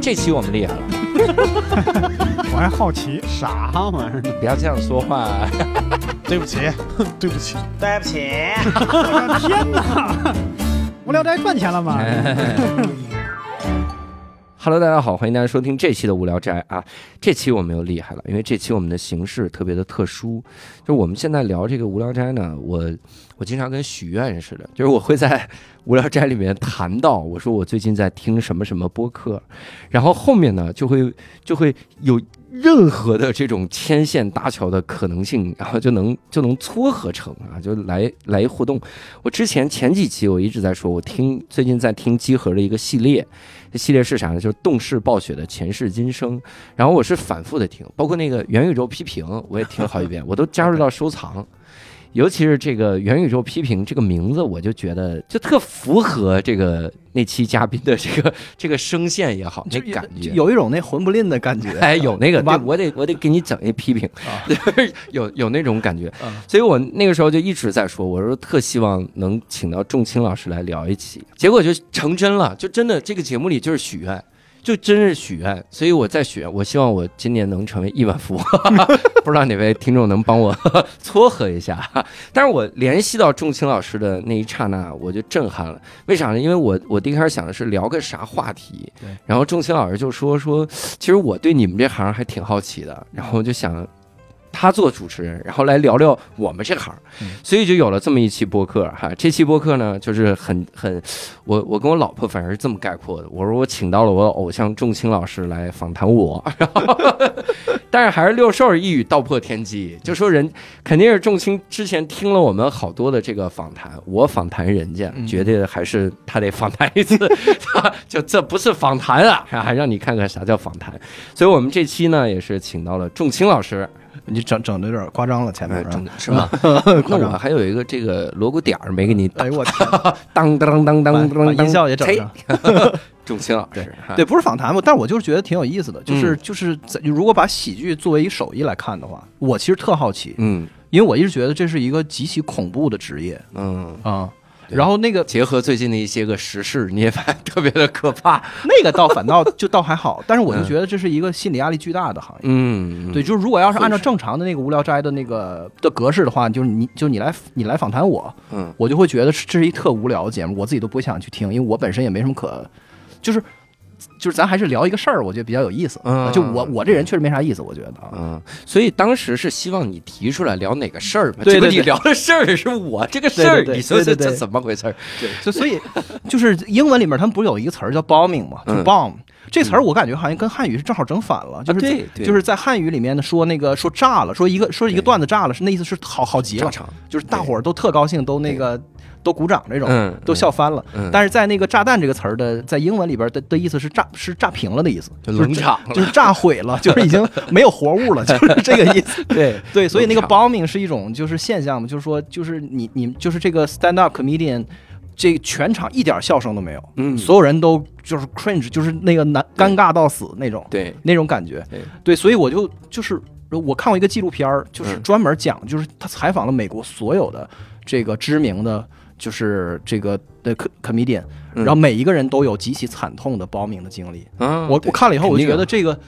这期我们厉害了，我还好奇，啥玩意儿？不要这样说话、 对 不起，对不起，对不起，我的哎天哪！无聊斋赚钱了吗？ Hello，大家好，欢迎大家收听这期的无聊斋啊。这期我们又厉害了，因为这期我们的形式特别的特殊，就是我们现在聊这个无聊斋呢，我我经常跟许愿似的，就是我会在无聊斋里面谈到，我说我最近在听什么什么播客，然后后面呢就会就会有任何的这种牵线搭桥的可能性，然后就能就能撮合成啊，就来来互动。我之前前几期我一直在说，我听最近在听集合的一个系列，这系列是啥呢？就是动视暴雪的前世今生。然后我是反复的听，包括那个元宇宙批评，我也听了好几遍，我都加入到收藏。 尤其是这个元宇宙批评这个名字，我就觉得就特符合这个那期嘉宾的这个这个声线也好，那感觉有一种那魂不吝的感觉。 啊哎，有那个，吧对我得我得给你整一批评， 有有那种感觉啊，所以我那个时候就一直在说，我说特希望能请到仲青老师来聊一期，结果就成真了，就真的这个节目里就是许愿。就真是许愿，所以我在许愿，我希望我今年能成为亿万富翁， 不知道哪位听众能帮我 撮合一下。但是我联系到仲青老师的那一刹那，我就震撼了。为啥呢？因为我我第一开始想的是聊个啥话题对，然后仲青老师就说说，其实我对你们这行还挺好奇的，然后我就想。他做主持人，然后来聊聊我们这行，所以就有了这么一期播客哈。这期播客呢，就是很很，我我跟我老婆反正是这么概括的，我说我请到了我偶像仲青老师来访谈我，然后 但是还是六兽一语道破天机，就说人肯定是仲青之前听了我们好多的这个访谈，我访谈人家，嗯绝对还是他得访谈一 次，就这不是访谈啊，还让你看看啥叫访谈。所以我们这期呢也是请到了仲青老师， 你整整的有点夸张了，前面哎是吧真的是吗？啊那夸我张。还有一个这个锣鼓点儿没给你哎呦我天，当当当当当把当音效也整嘿上。仲青老师，啊对，不是访谈嘛，但我就是觉得挺有意思的，就是就是在如果把喜剧作为一个手艺来看的话，我其实特好奇，嗯因为我一直觉得这是一个极其恐怖的职业嗯。啊。对然后那个结合最近的一些个时事，你也发现特别的可怕。那个倒反倒就倒还好，但是我就嗯觉得这是一个心理压力巨大的行业。嗯，对，就是如果要是按照正常的那个无聊斋的那个的格式的话，就是你就你来你来访谈我，嗯，我就会觉得是这是一特无聊的节目，我自己都不会想去听，因为我本身也没什么可，就是就是咱还是聊一个事儿，我觉得比较有意思。呃嗯就我我这人确实没啥意思，我觉得啊，嗯，所以当时是希望你提出来聊哪个事儿嘛？对结果对你对聊的事儿是我这个事儿，对对对你说这对对对这怎么回事儿？就所以就是英文里面他们不是有一个词儿叫 bombing 嘛，就嗯啊 bomb、这词儿我感觉好像跟汉语是正好整反了，就是在、对对就是在汉语里面呢说那个说炸了，说一个说一个对段子炸了，是那意思是好好极炸了，场，就是大伙儿都特高兴，都那个都鼓掌这种，嗯都笑翻了。嗯但是在那个“炸弹”这个词儿的，在英文里边的的意思是炸是炸平了的意思，就冷场了 就是就是炸毁了，就是已经没有活物了， 就是这个意思。对对，所以那个冷 bombing 是一种就是现象嘛，就是说就是你你就是这个 stand up comedian，这全场一点笑声都没有，嗯所有人都就是 cringe，就是那个难尴尬到死那种，对，那种感觉对。对，所以我就就是我看过一个纪录片儿，就是嗯专门讲，就是他采访了美国所有的这个知名的，就是这个的 co- comedian，嗯然后每一个人都有极其惨痛的包命的经历。啊我我看了以后，我就肯定觉得这个，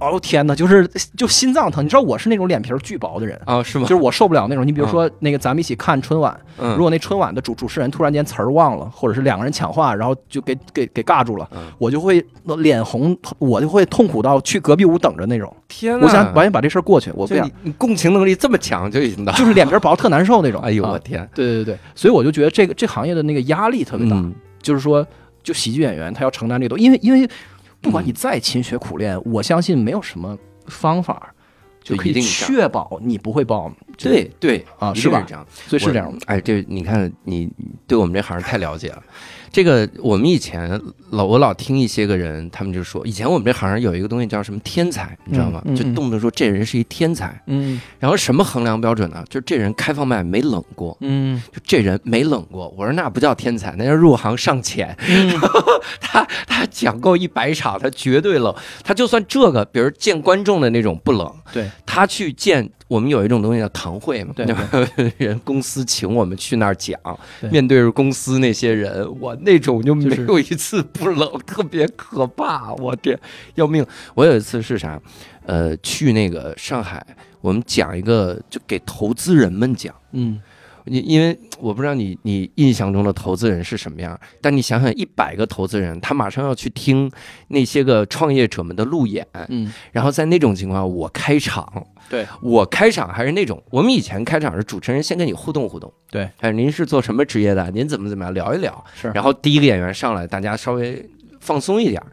哦天哪，就是就心脏疼。你知道我是那种脸皮儿巨薄的人。啊是吗？就是我受不了那种，你比如说那个咱们一起看春晚，嗯如果那春晚的主主持人突然间词儿忘了，或者是两个人抢话，然后就给给给尬住了嗯，我就会脸红，我就会痛苦到去隔壁屋等着那种。天呐，我想完全把这事儿过去，我不就想啊你，你共情能力这么强就已经到，就是脸皮薄特难受那种。哎呦啊我天，对对对，所以我就觉得这个这行业的那个压力特别大，嗯就是说，就喜剧演员他要承担这个东西，因为因为不管你再勤学苦练，我相信没有什么方法就可一以定是这样确保你不会爆。对对啊一定是吧这样。所以是我这样的。哎，这你看，你对我们这行太了解了。这个我们以前老我老听一些个人，他们就说，以前我们这行有一个东西叫什么天才，你知道吗？嗯嗯就动不动说这人是一天才。嗯然后什么衡量标准呢？就这人开放麦没冷过，嗯就这人没冷过。我说那不叫天才，那叫入行尚浅。嗯 他他讲够一百场，他绝对冷。他就算这个，比如见观众的那种不冷，对他去见我们有一种东西叫堂会嘛，对吧？ 人公司请我们去那儿讲，对面对着公司那些人，我那种就没是有一次不冷， 特别可怕，我这要命。我有一次是啥？呃，去那个上海，我们讲一个，就给投资人们讲。嗯，你因为我不知道你你印象中的投资人是什么样，但你想想一百个投资人，他马上要去听那些个创业者们的路演，嗯，然后在那种情况，我开场，对我开场还是那种，我们以前开场是主持人先跟你互动互动，对，哎，您是做什么职业的？您怎么怎么样聊一聊，是然后第一个演员上来，大家稍微放松一点儿。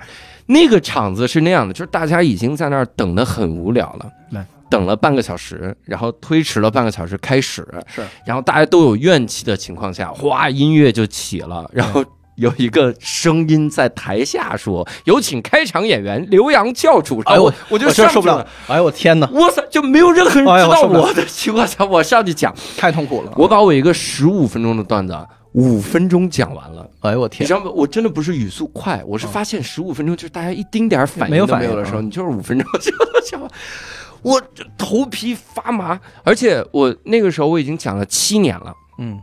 那个场子是那样的，就是大家已经在那儿等得很无聊了来。等了半个小时，然后推迟了半个小时开始，是，然后大家都有怨气的情况下，哗，音乐就起了，然后有一个声音在台下说：“有请开场演员刘洋教主。”然 哎后我我我就我真上去受不了了了，，哎呦我天哪，我操，就没有任何人哎呀知我道受不了我的情况下，我上去讲，太痛苦了，我把我一个十五分钟的段子五分钟讲完了。哎呦我你天知，道吗？我真的不是语速快，我是发现十五分钟就是大家一丁点儿反没应有都反没有应的时候，嗯你就是五分钟就讲完。我这头皮发麻，而且我那个时候我已经讲了七年了，嗯，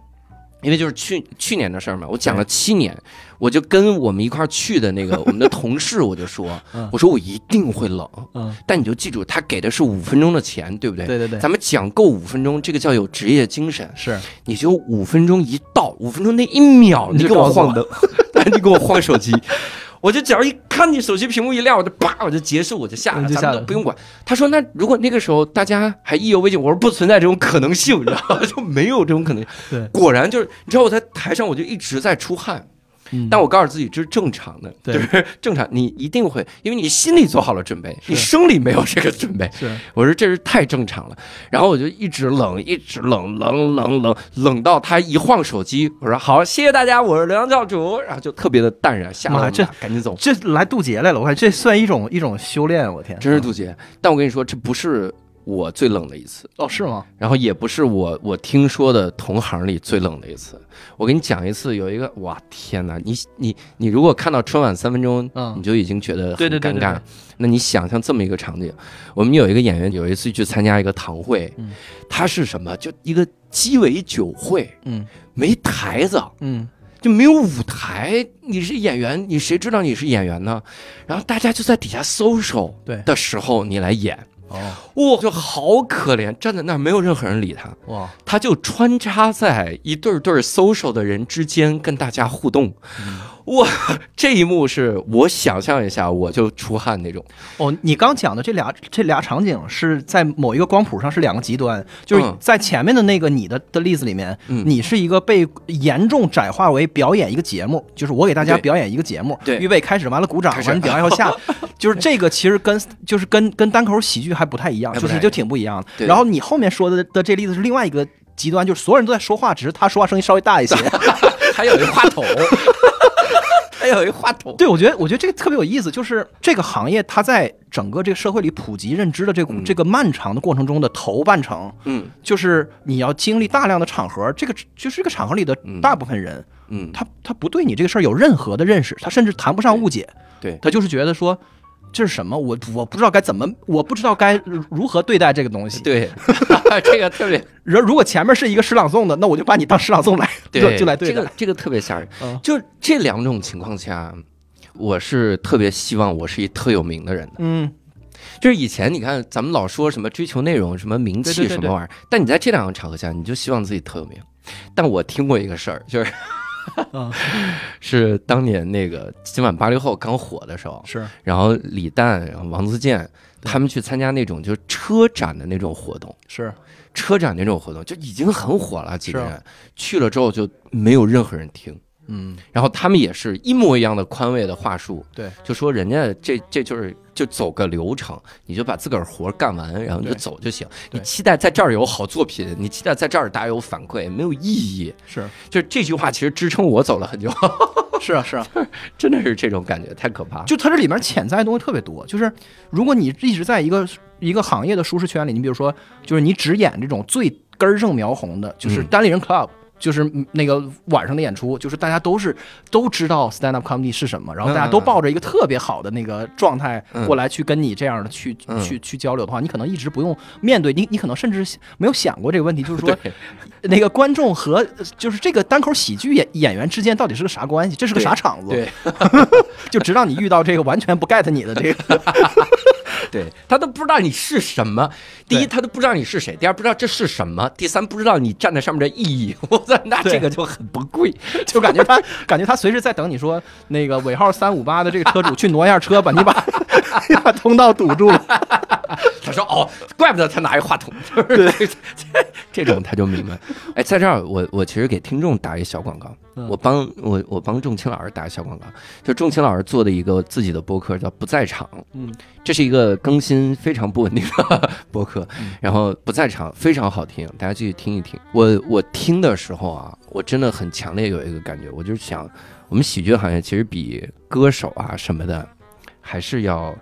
因为就是去去年的事儿嘛，我讲了七年，我就跟我们一块儿去的那个我们的同事，我就说嗯，我说我一定会冷，嗯，但你就记住，他给的是五分钟的钱，对不对？对对对，咱们讲够五分钟，这个叫有职业精神。是你就五分钟一到，五分钟那一秒你你就给我告诉我晃灯， 你给我晃手机， 我就只要一看你手机屏幕一亮，我就啪我就结束，我就下嗯了，就咱下们都了不用管。他说那如果那个时候大家还意犹未尽，我说不存在这种可能性，你知道吗？ 就没有这种可能性。对果然就是你知道我在台上我就一直在出汗。嗯但我告诉自己这是正常的，对就是正常，你一定会，因为你心里做好了准备，你生理没有这个准备， 是，我说这是太正常了，然后我就一直冷，一直冷，冷冷冷冷到他一晃手机，我说好，谢谢大家，我是刘洋教主，然后就特别的淡然，下来妈我们这俩赶紧走，这来渡劫来了，我看这算一种一种修炼，我天，嗯真是渡劫。但我跟你说，这不是我最冷的一次，哦是吗？然后也不是我我听说的同行里最冷的一次。我给你讲一次，有一个哇天哪，你你你如果看到春晚三分钟，嗯你就已经觉得很对对对尴对尬。对那你想象这么一个场景，我们有一个演员有一次去参加一个堂会，嗯他是什么？就一个鸡尾酒会，嗯没台子，嗯，就没有舞台，你是演员，你谁知道你是演员呢？然后大家就在底下搜手对的时候，你来演，哦哇、就好可怜，站在那儿没有任何人理他。哇，他就穿插在一对儿对儿 social 的人之间跟大家互动，哇，这一幕是我想象一下我就出汗那种，哦，你刚讲的这俩这俩场景是在某一个光谱上是两个极端，就是嗯在前面的那个你的的例子里面，嗯你是一个被严重窄化为表演一个节目，就是我给大家对表演一个节目，对预备开始，完了鼓掌，开始完了表演要下， 就是这个其实跟就是跟跟单口喜剧还不太一样，还就不太一样是就挺不一样的。对然后你后面说的的这例子是另外一个极端，就是所有人都在说话，只是他说话声音稍微大一些。还有一话筒， 还有一话筒，对，我觉得我觉得这个特别有意思，就是这个行业它在整个这个社会里普及认知的这个、嗯这个漫长的过程中的头半程，嗯就是你要经历大量的场合，这个就是这个场合里的嗯大部分人，嗯，他他不对你这个事儿有任何的认识，他甚至谈不上误解，对对他就是觉得说。这是什么？我我不知道该怎么，我不知道该如何对待这个东西。对， 这个特别然后如果前面是一个诗朗诵的，那我就把你当诗朗诵来，就就来对这待。个这个特别吓人嗯，就这两种情况下，我是特别希望我是一特有名的人的。嗯，就是以前你看，咱们老说什么追求内容、什么名对气、对对什么玩意儿，但你在这两个场合下，你就希望自己特有名。但我听过一个事儿，就是 嗯是当年那个今晚八零后刚火的时候，是然后李诞、然后王自健对他们去参加那种就是车展的那种活动，是，车展那种活动就已经很火了，几个是啊人去了之后就没有任何人听。嗯，然后他们也是一模一样的宽慰的话术，对，就说人家这这就是就走个流程，你就把自个儿活儿干完，然后你就对走就行。对你期待在这儿有好作品，你期待在这儿大家有反馈，没有意义。是就是这句话其实支撑我走了很久， 是啊是啊，真的是这种感觉，太可怕了。就它这里面潜在的东西特别多。就是如果你一直在一个一个行业的舒适圈里，你比如说，就是你只演这种最根儿正苗红的，就是嗯单立人 club，、就是嗯那个晚上的演出，就是大家都是都知道 stand up comedy 是什么，然后大家嗯都嗯嗯抱着一个特别好的那个状态嗯过来去跟你这样的去、嗯去去交流的话，你可能一直不用面对你，你可能甚至没有想过这个问题，就是说对那个观众和呃就是这个单口喜剧演演员之间到底是个啥关系？这是个对啥场子？对， 就直到你遇到这个完全不 get 你的这个，对他都不知道你是什么。第一，对他都不知道你是谁；第二，不知道这是什么；第三，不知道你站在上面的意义。 我操，那对这个就很不贵。就感觉他感觉他随时在等你说那个尾号三五八的这个车主去挪一下车吧，你把你把通道堵住了。他说：“哦，怪不得他拿一话筒。”对，这种他就明白。哎，在这儿我我其实给听众打一小广告，我帮我我帮仲卿老师打一小广告，就仲卿老师做的一个自己的播客叫《不在场》，嗯，这是一个更新非常不稳定的 播客，然后不在场非常好听，大家去听一听。我我听的时候啊，我真的很强烈有一个感觉，我就是想，我们喜剧行业其实比歌手啊什么的，还是要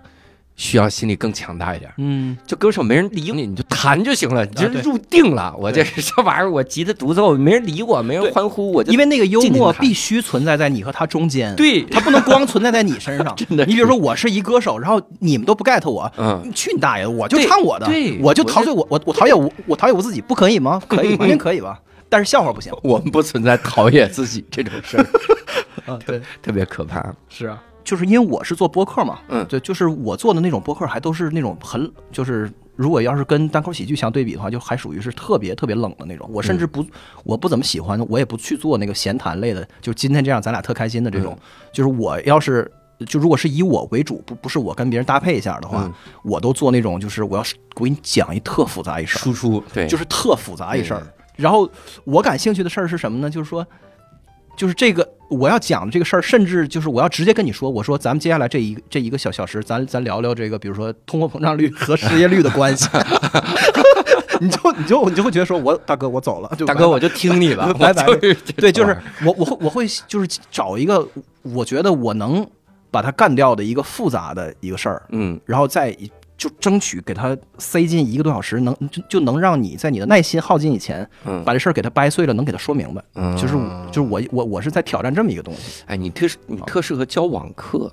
需要心理更强大一点。嗯，就歌手没人理你，你就弹就行了，你啊就对入定了。我这是 这玩意儿，我吉他独奏，没人理我，没人对欢呼，我就因为那个幽静静默地看必须存在在你和他中间，，对，他不能光存在在你身上。 真的是你比如说，我是一歌手，然后你们都不 get 我，嗯，去你大爷的！我就对唱我的，对我就我陶就醉我我我陶冶我我陶冶我自己，不可以吗？可 以，完全可以吧？但是笑话不行。我们不存在讨厌自己这种 事儿，啊，对，特别可怕。是啊，就是因为我是做播客嘛，嗯对，就是我做的那种播客还都是那种很就是。如果要是跟单口喜剧相对比的话，就还属于是特别特别冷的那种。我甚至不，我不怎么喜欢，我也不去做那个闲谈类的。就今天这样，咱俩特开心的这种。嗯就是我要是，就如果是以我为主，不不是我跟别人搭配一下的话，嗯我都做那种，就是我要是给你讲一特复杂一事儿，出对，就是是特复杂一事儿哎嗯。然后我感兴趣的事儿是什么呢？就是说，就是这个我要讲的这个事儿，甚至就是我要直接跟你说，我说咱们接下来这一这一个小小时，咱咱聊聊这个，比如说通货膨胀率和失业率的 关系。 你就你就你就会觉得说我，大哥我走了，就，大哥，我就听你吧 拜拜我就是对，就是我我会我会就是找一个我觉得我能把它干掉的一个复杂的一个事儿，嗯然后再一就争取给它塞进一个多小时，能就就能让你在你的耐心耗尽以前，嗯把这事儿给它掰碎了，能给它说明白。嗯，就是就是我我我是在挑战这么一个东西。哎，你特你特适合教网 课，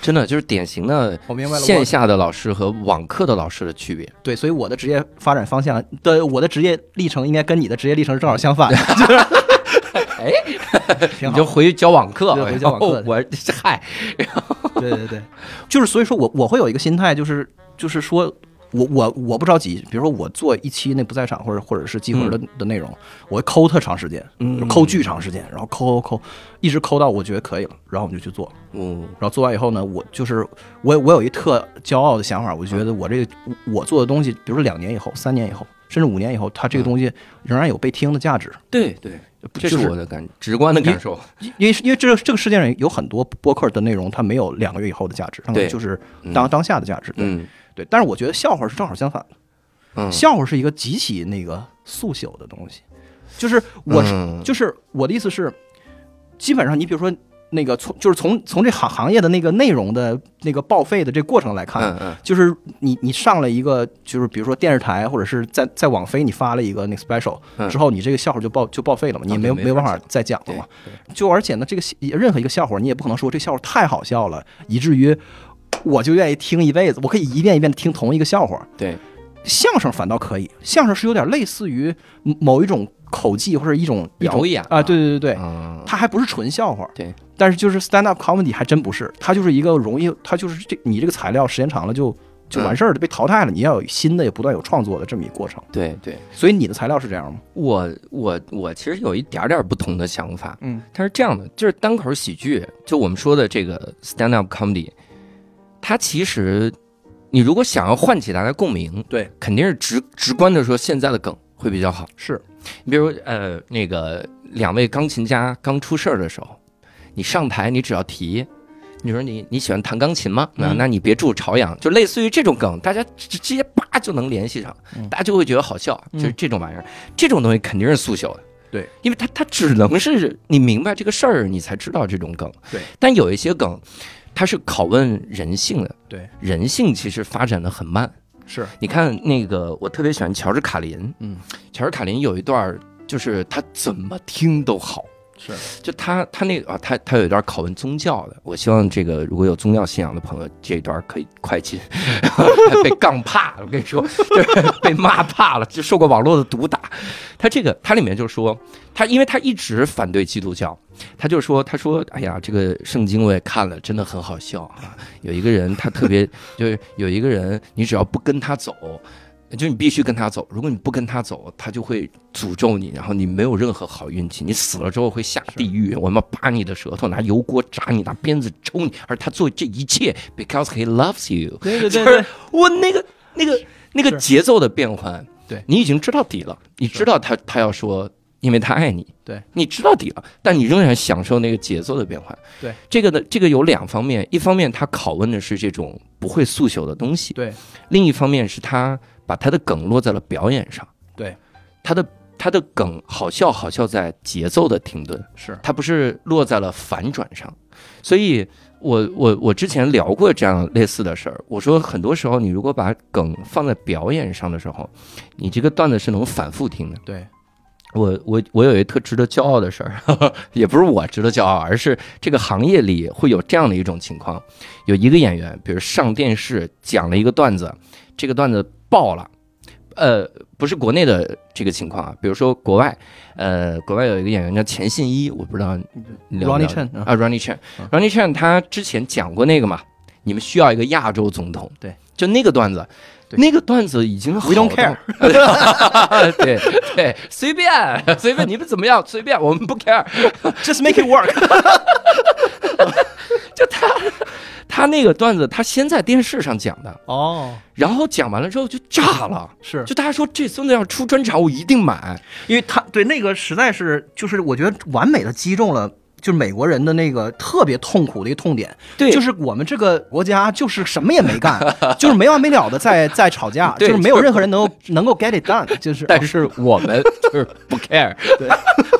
真的就是典型的我明白了线下的老师和网课的老师的区别。对，所以我的职业发展方向的我的职业历程应该跟你的职业历程是正好相反的， 哎，挺你好就。回去教网课，对回去教网课然后我 嗨， 对对对，就是所以说我我会有一个心态，就是就是说我我我不着急，比如说我做一期那不在场或者或者是集合的、的内容，我会抠特长时间，嗯抠巨长时间，然后抠抠抠，一直抠到我觉得可以了，然后我们就去做。嗯然后做完以后呢，我就是我我有一特骄傲的想法，我觉嗯得我这个我做的东西，比如说两年以后、三年以后，甚至五年以后，它这个东嗯西仍然有被听的价值。对对，这就是我的感直观的感受。因为因为这个这个世界上有很多播客的内容，它没有两个月以后的价值，它可能对就是嗯当当下的价值。对嗯对，但是我觉得笑话是正好相反的，嗯，笑话是一个极其那个速朽的东西，就是我是嗯就是我的意思是，基本上你比如说那个从就是从从这行行业的那个内容的那个报废的这过程来看，嗯嗯就是你你上了一个，就是比如说电视台或者是在在网飞你发了一个那个 special 嗯之后，你这个笑话就报就报废了嘛，你也没有没没有办法法再讲了对嘛。就而且呢，这个戏任何一个笑话，你也不可能说这笑话太好笑了，以至于我就愿意听一辈子，我可以一遍一遍的听同一个笑话。对，相声反倒可以，相声是有点类似于某某一种口技或者一种一种表演啊，对对对对，嗯它还不是纯笑话。对，但是就是 stand up comedy 还真不是，它就是一个容易，它就是这你这个材料时间长了就就完事儿了，被淘汰了。你要有新的，也不断有创作的这么一个过程。对对，所以你的材料是这样吗？我我我其实有一点点不同的想法，嗯，它是这样的，就是单口喜剧，就我们说的这个 stand up comedy，它其实你如果想要唤起大家共鸣，对，肯定是直直观的说现在的梗会比较好。是，你比如呃，那个两位钢琴家刚出事儿的时候，你上台你只要提，你说你你喜欢弹钢琴吗？那、嗯那你别住朝阳，就类似于这种梗，大家直直接叭就能联系上，嗯大家就会觉得好笑，就是嗯这种玩意儿，这种东西肯定是速朽的。对，因为它它只能是你明白这个事儿，你才知道这种梗。对，但有一些梗，它是拷问人性的。对，人性其实发展的很慢。是，你看那个，我特别喜欢乔治卡林，嗯，乔治卡林有一段儿就是他怎么听都好。是就他他那个啊，他他有一段拷问宗教的，我希望这个如果有宗教信仰的朋友，这一段可以快进，被杠怕了，我跟你说，就是被骂怕了，就受过网络的毒打。他这个他里面就说，他因为他一直反对基督教，他就说他说哎呀，这个圣经我也看了，真的很好笑啊。有一个人他特别就是有一个人，你只要不跟他走。就你必须跟他走，如果你不跟他走，他就会诅咒你，然后你没有任何好运气，你死了之后会下地狱，我们扒你的舌头，拿油锅炸你，拿鞭子抽你，而他做这一切，because he loves you。对对对就对是，我那个那个那个节奏的变换，对你已经知道底了，你知道他他要说，因为他爱你，对，你知道底了，但你仍然享受那个节奏的变换。对，这个的这个有两方面，一方面他拷问的是这种不会速朽的东西，对，另一方面是他把他的梗落在了表演上，对，他的。他的梗好笑，好笑在节奏的停顿，是它不是落在了反转上，所以我我我之前聊过这样类似的事儿，我说很多时候你如果把梗放在表演上的时候，你这个段子是能反复听的。对，我我我有一特值得骄傲的事儿， 也不是我值得骄傲，而是这个行业里会有这样的一种情况，有一个演员，比如上电视讲了一个段子，这个段子爆了，呃，不是国内的这个情况啊，比如说国外，呃，国外有一个演员叫钱信一，我不知道你了不了 Ronnie Chen，嗯 啊，Ronnie Chan，嗯 Ronnie Chan 他之前讲过那个嘛，你们需要一个亚洲总统，对，就那个段子。对那个段子已经 We don't 好到 对对，随便 随便你们怎么样随便，我们不 care。 ，just make it work，他那个段子，他先在电视上讲的，哦， 然后讲完了之后就炸了，是就大家说这孙子要出专场，我一定买。因为他对那个实在是就是我觉得完美的击中了。就是美国人的那个特别痛苦的一个痛点，对就是我们这个国家就是什么也没干，就是没完没了 的在在吵架，就对是没有任何人能够能够 get it done，就是但是我们就是不 care，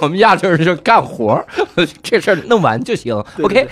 我们压根儿就是干活儿， 这事儿弄完就行。OK，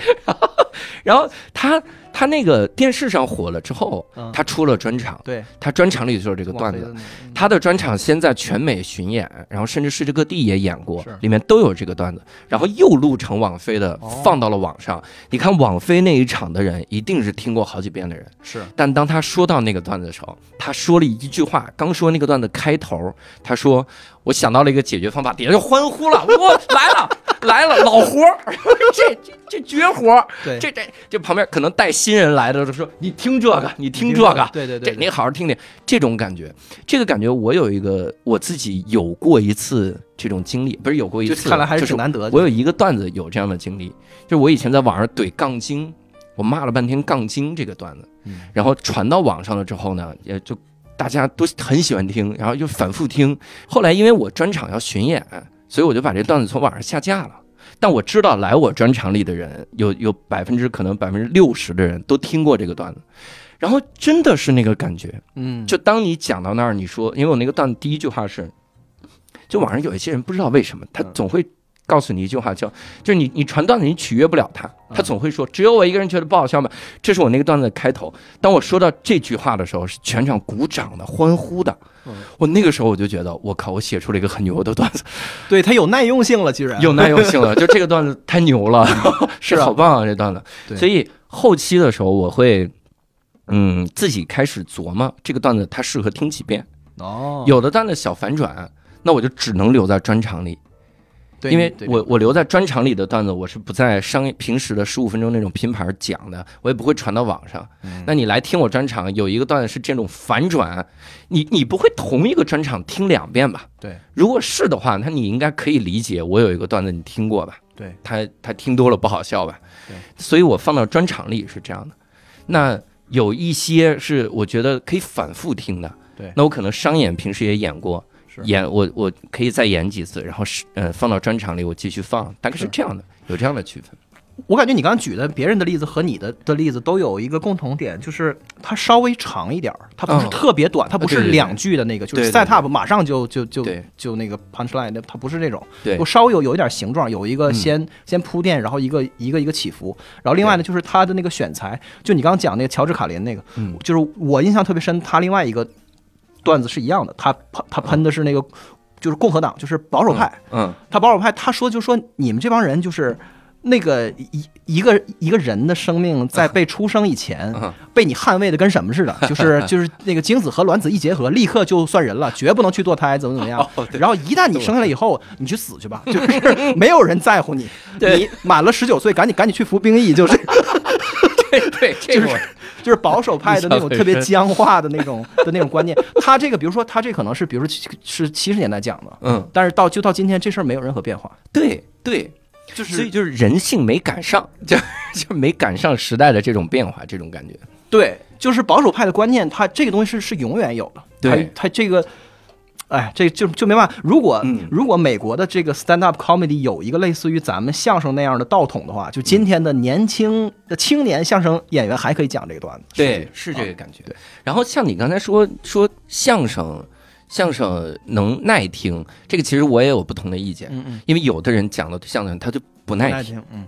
然 后他他那个电视上火了之后，嗯他出了专场，对他专场里就是这个段嗯子。，嗯他的专场先在全美巡演，然后甚至世界各地也演过是，里面都有这个段子，然后又录成网飞的，放到了网上。你看网飞那一场的人，一定是听过好几遍的人。是但当他说到那个段子的时候，他说了一句话，刚说那个段子开头，他说：“我想到了一个解决方法。”底下就欢呼了，我来 了，来了，老活儿， 这这这绝活儿，对这这这旁边可能带新人来的都说：“你听这个，你听这个。”对对这对，你好好听听这种感觉，这个感觉我有一个我自己有过一次这种经历，不是有过一就次，是看来还是就是挺难得的。我有一个段子有这样的经历，就是我以前在网上怼杠精，我骂了半天杠精这个段子嗯，然后传到网上了之后呢，也就大家都很喜欢听，然后就反复听。后来因为我专场要巡演，所以我就把这段子从网上下架了。但我知道来我专场里的人，有有百分之可能百分之六十的人都听过这个段子，然后真的是那个感觉，嗯，就当你讲到那儿，你说，因为我那个段第一句话是，就网上有一些人不知道为什么，他嗯总会告诉你一句话叫，就是你你传段子你取悦不了他，嗯他总会说只有我一个人觉得不好笑吗？这是我那个段子的开头。当我说到这句话的时候，是全场鼓掌的、欢呼的嗯。我那个时候我就觉得，我靠，我写出了一个很牛的段子，对它有耐用性了，居然有耐用性了，就这个段子太牛 了，是好棒啊，这段子。对所以后期的时候，我会。嗯，自己开始琢磨这个段子，它适合听几遍。哦，有的段子小反转，那我就只能留在专场里，对因为对我我留在专场里的段子，我是不在商业平时的十五分钟那种拼盘讲的，我也不会传到网上。嗯那你来听我专场，有一个段子是这种反转，你你不会同一个专场听两遍吧？对，如果是的话，那你应该可以理解，我有一个段子你听过吧？对，他他听多了不好笑吧？对，所以我放到专场里是这样的。那有一些是我觉得可以反复听的，对那我可能商演平时也演过是。演我我可以再演几次，然后是呃放到专场里我继续放，大概是是这样的，有这样的区分。我感觉你刚刚举的别人的例子和你的的例子都有一个共同点，就是它稍微长一点儿，它不是嗯特别短，它不对对是对两句的那个，就是对对对 set up 马上就就就对就那个 punch line，那它不是这种，对嗯我稍微有有一点形状，有一个先先铺垫，然后一个一个一个起伏，然后另外呢就是它的那个选材，就你刚刚讲那个乔治卡林那个，嗯就是我印象特别深，他另外一个段子是一样的，他喷他喷的是那个就是共和党，就是保守派，嗯他保守派他说就说你们这帮人就是那个一一个一个人的生命在被出生以前嗯被你捍卫的跟什么似的，就是就是那个精子和卵子一结合，立刻就算人了，绝不能去堕胎，怎么怎么哦样。 然后一旦你生下来以后，你去死去吧，就是 没有人在乎你，你满了十九岁，赶紧赶紧去服兵役，就是 对对，这就个是我就是保守派的那印象种很深特别僵化的那种的那种观念。他这个，比如说他这可能是，比如说七是七十年代讲的，嗯，但是到就到今天这事儿没有任何变化。对对，就是所以就是人性没赶上， 就就没赶上时代的这种变化，这种感觉。对，就是保守派的观念，它这个东西是是永远有的。对它它这个，哎，这就就没办法。如果、嗯如果美国的这个 stand up comedy 有一个类似于咱们相声那样的道统的话，就今天的年轻的青年相声演员还可以讲这个段子。对，是这个感觉。然后像你刚才说说相声，相声能耐听，这个其实我也有不同的意见，嗯嗯，因为有的人讲的相声他就不不耐耐听。听，嗯，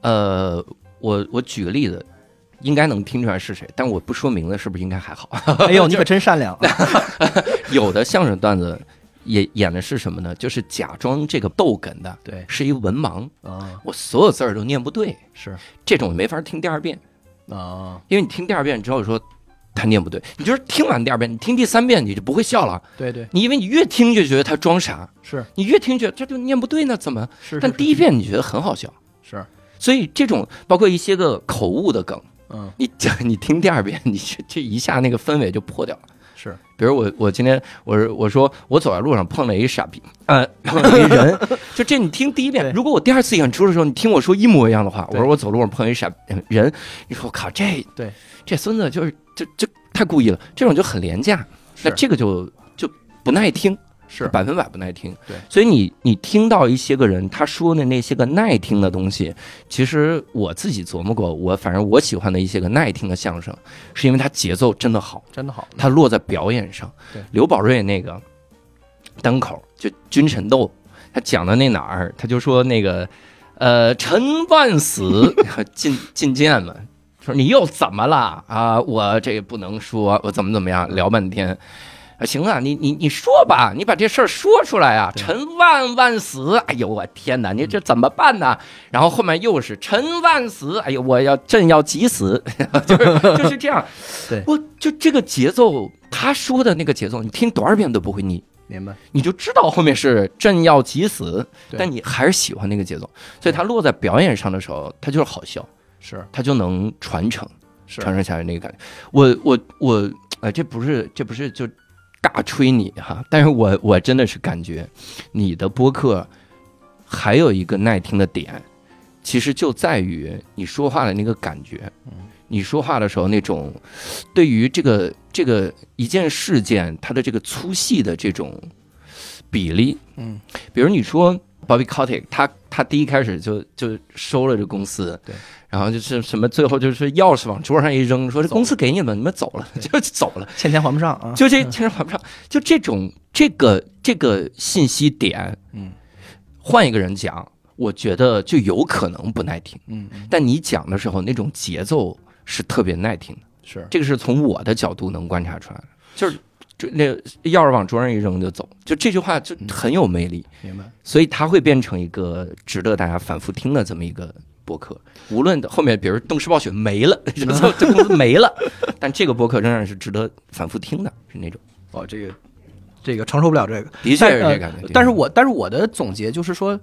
呃，我我举个例子，应该能听出来是谁，但我不说名字是不是应该还好？ 哎呦，你可真善良啊，有的相声段子也演的是什么呢？就是假装这个逗哏的 对是一文盲，啊，我所有字儿都念不对，是这种没法听第二遍。啊，因为你听第二遍之后说他念不对，你就是听完第二遍，你听第三遍你就不会笑了。对对你因为你越听就觉得他装傻，是你越听觉得这就念不对呢，怎么？是，但第一遍你觉得很好笑，是所以这种包括一些个口误的梗，嗯你 这你听第二遍，你这这一下那个氛围就破掉了。是比如我我今天我是我说我走在路上碰了一傻逼， 呃，碰了一人，就这你听第一遍对，如果我第二次演出的时候你听我说一模一样的话，我对说我走路上碰了一傻呃人，你说我靠这对这孙子就是这这太故意了，这种就很廉价，那是这个就就不耐听。是百分百不耐听。对所以你你听到一些个人他说的那些个耐听的东西，其实我自己琢磨过，我反正我喜欢的一些个耐听的相声，是因为它节奏真的好，真的好，它落在表演上对。。刘宝瑞那个单口就君臣斗，他讲的那哪儿，他就说那个呃陈万死进进谏嘛。说你又怎么了啊？我这不能说，我怎么怎么样，聊半天，啊，行啊，你你你说吧，你把这事儿说出来啊！陈万万死，哎呦我天哪，你这怎么办呢？然后后面又是陈万死，哎呦我要朕要急死， 就是就是这样对我就这个节奏，他说的那个节奏，你听多少遍都不会腻，明白？你就知道后面是朕要急死，对但你还是喜欢那个节奏，所以他落在表演上的时候，他就是好笑，是他就能传承。是传承下来那个感觉。我我我，呃，这不是这不是就尬吹你哈，但是我我真的是感觉你的播客还有一个耐听的点，其实就在于你说话的那个感觉，嗯你说话的时候那种对于这个这个一件事件它的这个粗细的这种比例，嗯，比如你说 Bobby Kotick，他他第一开始就就收了这公司，对，然后就是什么最后就是钥匙往桌上一扔，说这走了公司给你们，你们走了就走了，欠钱还不上啊，就这其实还不上，就这种这个这个信息点，嗯，换一个人讲，我觉得就有可能不耐听，嗯嗯但你讲的时候那种节奏是特别耐听的，是这个是从我的角度能观察出来的，就是。就那钥匙往桌上一扔就走，就这句话就嗯很有魅力。明白。所以它会变成一个值得大家反复听的这么一个播客。无论后面，比如《邓氏暴雪》没了， 这 这公司没了，但这个播客仍然是值得反复听的，是那种，哦，这个这个承受不了这个，的确但是这呃感觉。但是我但是我的总结就是说，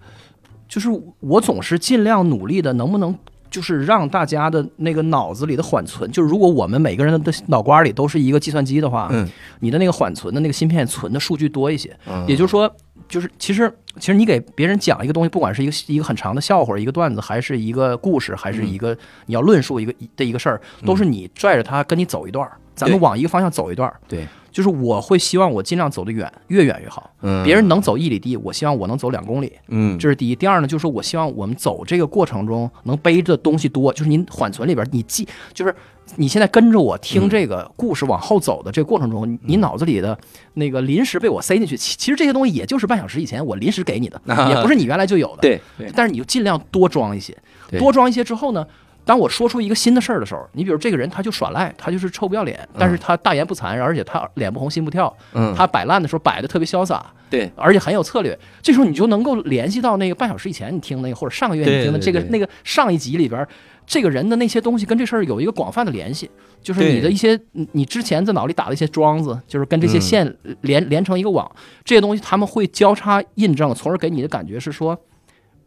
就是我总是尽量努力的，能不能就是让大家的那个脑子里的缓存，就是如果我们每个人的脑瓜里都是一个计算机的话，嗯，你的那个缓存的那个芯片存的数据多一些，嗯也就是说。就是其实其实你给别人讲一个东西，不管是一个一个很长的笑话，一个段子，还是一个故事，还是一嗯个你要论述一个一的一个事儿，都是你拽着他跟你走一段儿，咱们对往一个方向走一段儿。对，就是我会希望我尽量走得远，越远越好。嗯别人能走一里地，我希望我能走两公里，嗯，这是第一。第二呢，就是说我希望我们走这个过程中能背着东西多，就是您缓存里边，你记，就是你现在跟着我嗯听这个故事往后走的这个过程中，你脑子里的那个临时被我塞进去，其其实这些东西也就是半小时以前我临时给你 的，也不是你原来就有的。对啊对但是你就尽量多装一些，对多装一些之后呢，当我说出一个新的事儿的时候，你比如这个人他就耍赖，他就是臭不要脸，但是他大言不惭，而且他脸不红心不跳，嗯他摆烂的时候摆的特别潇洒，对，而且很有策略。这时候你就能够联系到那个半小时以前你听那个，或者上个月你听对的对这个对那个上一集里边儿，这个人的那些东西跟这事儿有一个广泛的联系，就是对你的一些你你之前在脑里打的一些桩子，就是跟这些嗯线连连成一个网，这些东西他们会交叉印证，从而给你的感觉是说，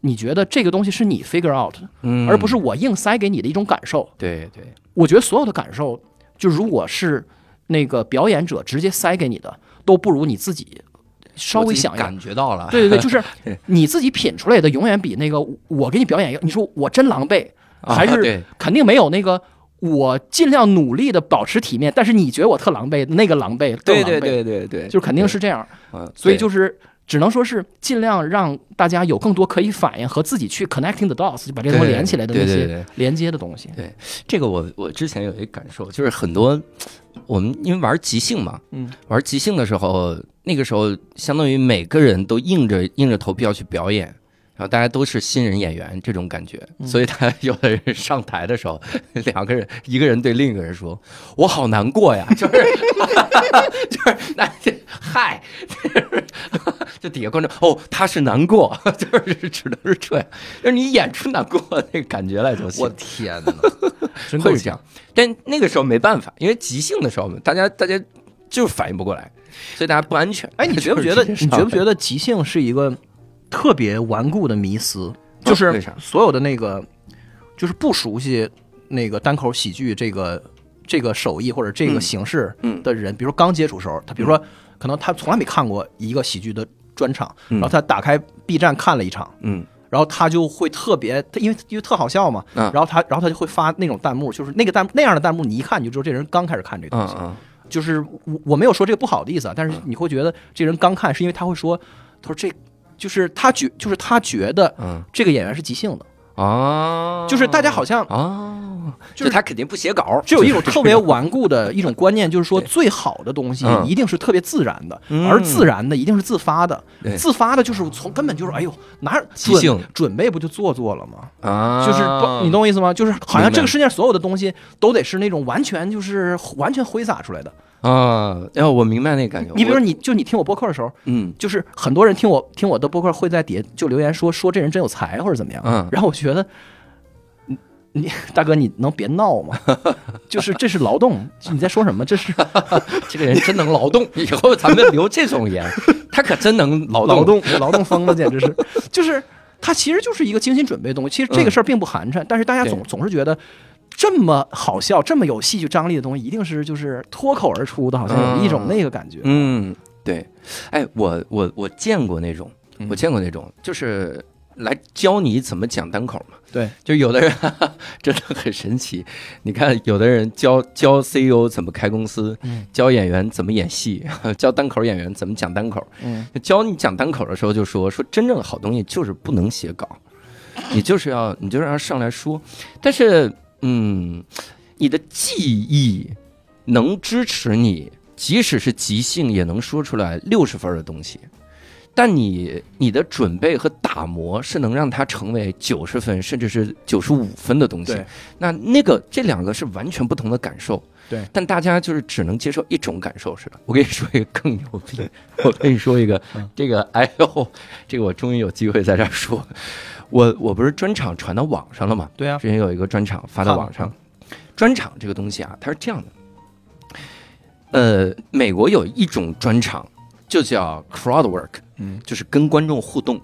你觉得这个东西是你 figure out 的，嗯而不是我硬塞给你的一种感受。对对，我觉得所有的感受，就如果是那个表演者直接塞给你的，都不如你自己稍微想一想。感觉到了，对对对，就是你自己品出来的，永远比那个我给你表演一个，你说我真狼狈，啊还是对肯定没有那个我尽量努力的保持体面，但是你觉得我特狼狈，那个狼狈更对狼对狈，对对对，就是肯定是这样。嗯，所以就是是只能说是尽量让大家有更多可以反应和自己去 connecting the dots，就把这东西连起来的那对对些对连接的东西。这个我我之前有一个感受，就是很多我们因为玩即兴嘛，嗯，玩即兴的时候，那个时候相当于每个人都硬着硬着头皮要去表演。然后大家都是新人演员这种感觉，所以他 有的人上台的时候，两个人一个人对另一个人说：“我好难过呀！”就是 就是那嗨， 就底下观众哦，他是难过， 就是只能是这样，就是你演出难过的那个感觉来就行。天哪， 真会够是这样。但那个时候没办法，因为即兴的时候，大家大家就是反应不过来，所以大家不安全。哎，你觉不觉 得？就是直你接上觉不觉得即兴是一个特别顽固的迷思？就啊为是啥所有的那个，就是不熟悉那个单口喜剧这个这个手艺或者这嗯个形式的人，比如说刚接触时候，他比如说可能他从来没看过一个喜剧的专场，然后他打开 B 站看了一场，嗯，然后他就会特别，他因为因为特好笑嘛，嗯然后他然后他就会发那种弹幕，就是那个弹那样的弹幕，你一看你就知道这人刚开始看这个东嗯西。嗯，就是我我没有说这个不好的意思啊，但是你会觉得这人刚看是因为他会说，他说这就是他觉就是他觉得嗯这个演员是即兴的，哦，就是大家好像哦，就是就他肯定不写稿，只有一种特别顽固的一种观念，就是说最好的东西嗯一定是特别自然的，嗯而自然的一定是自发的对，自发的就是从根本就是哎呦哪有即兴准准备不就做作了吗？啊，就是不，你懂我意思吗？就是好像明白这个世界上所有的东西都得是那种完全就是完全挥洒出来的。啊？然后我明白那感觉。你比如我说，你就你听我播客的时候，嗯就是很多人听我听我的播客会在底下就留言说说这人真有才或者怎么样，嗯然后我觉得，你你大哥你能别闹吗？ 就是这是劳动，你在说什么？这是这个人真能劳动，以后咱们留这种言，他可真能劳劳动劳动疯了，简直 是，就是它其实就是一个精心准备的东西。其实这个事儿并不寒碜，但是大家总嗯对总是觉得。这么好笑、这么有戏剧张力的东西，一定是就是脱口而出的，好像有一种嗯那个感觉。嗯，对，哎，我我我见过那种，嗯我见过那种，就是来教你怎么讲单口嘛。对，就有的人 真的很神奇，你看有的人教教 CEO 怎么开公司，嗯教演员怎么演戏， 教单口演员怎么讲单口。嗯，教你讲单口的时候就说说真正的好东西就是不能写稿，你就是要你就是要上来说，但是嗯，你的记忆能支持你，即使是即兴也能说出来六十分的东西。但你你的准备和打磨是能让它成为九十分甚至是九十五分的东西对，那那个这两个是完全不同的感受。对，但大家就是只能接受一种感受似的。我跟你说一个更牛逼， 我跟你说一个，嗯这个哎呦，这个我终于有机会在这儿说，我我不是专场传到网上了吗？对啊，之前有一个专场发到网看上，专场这个东西啊，它是这样的，呃，美国有一种专场就叫 crowd work，嗯，就是跟观众互动。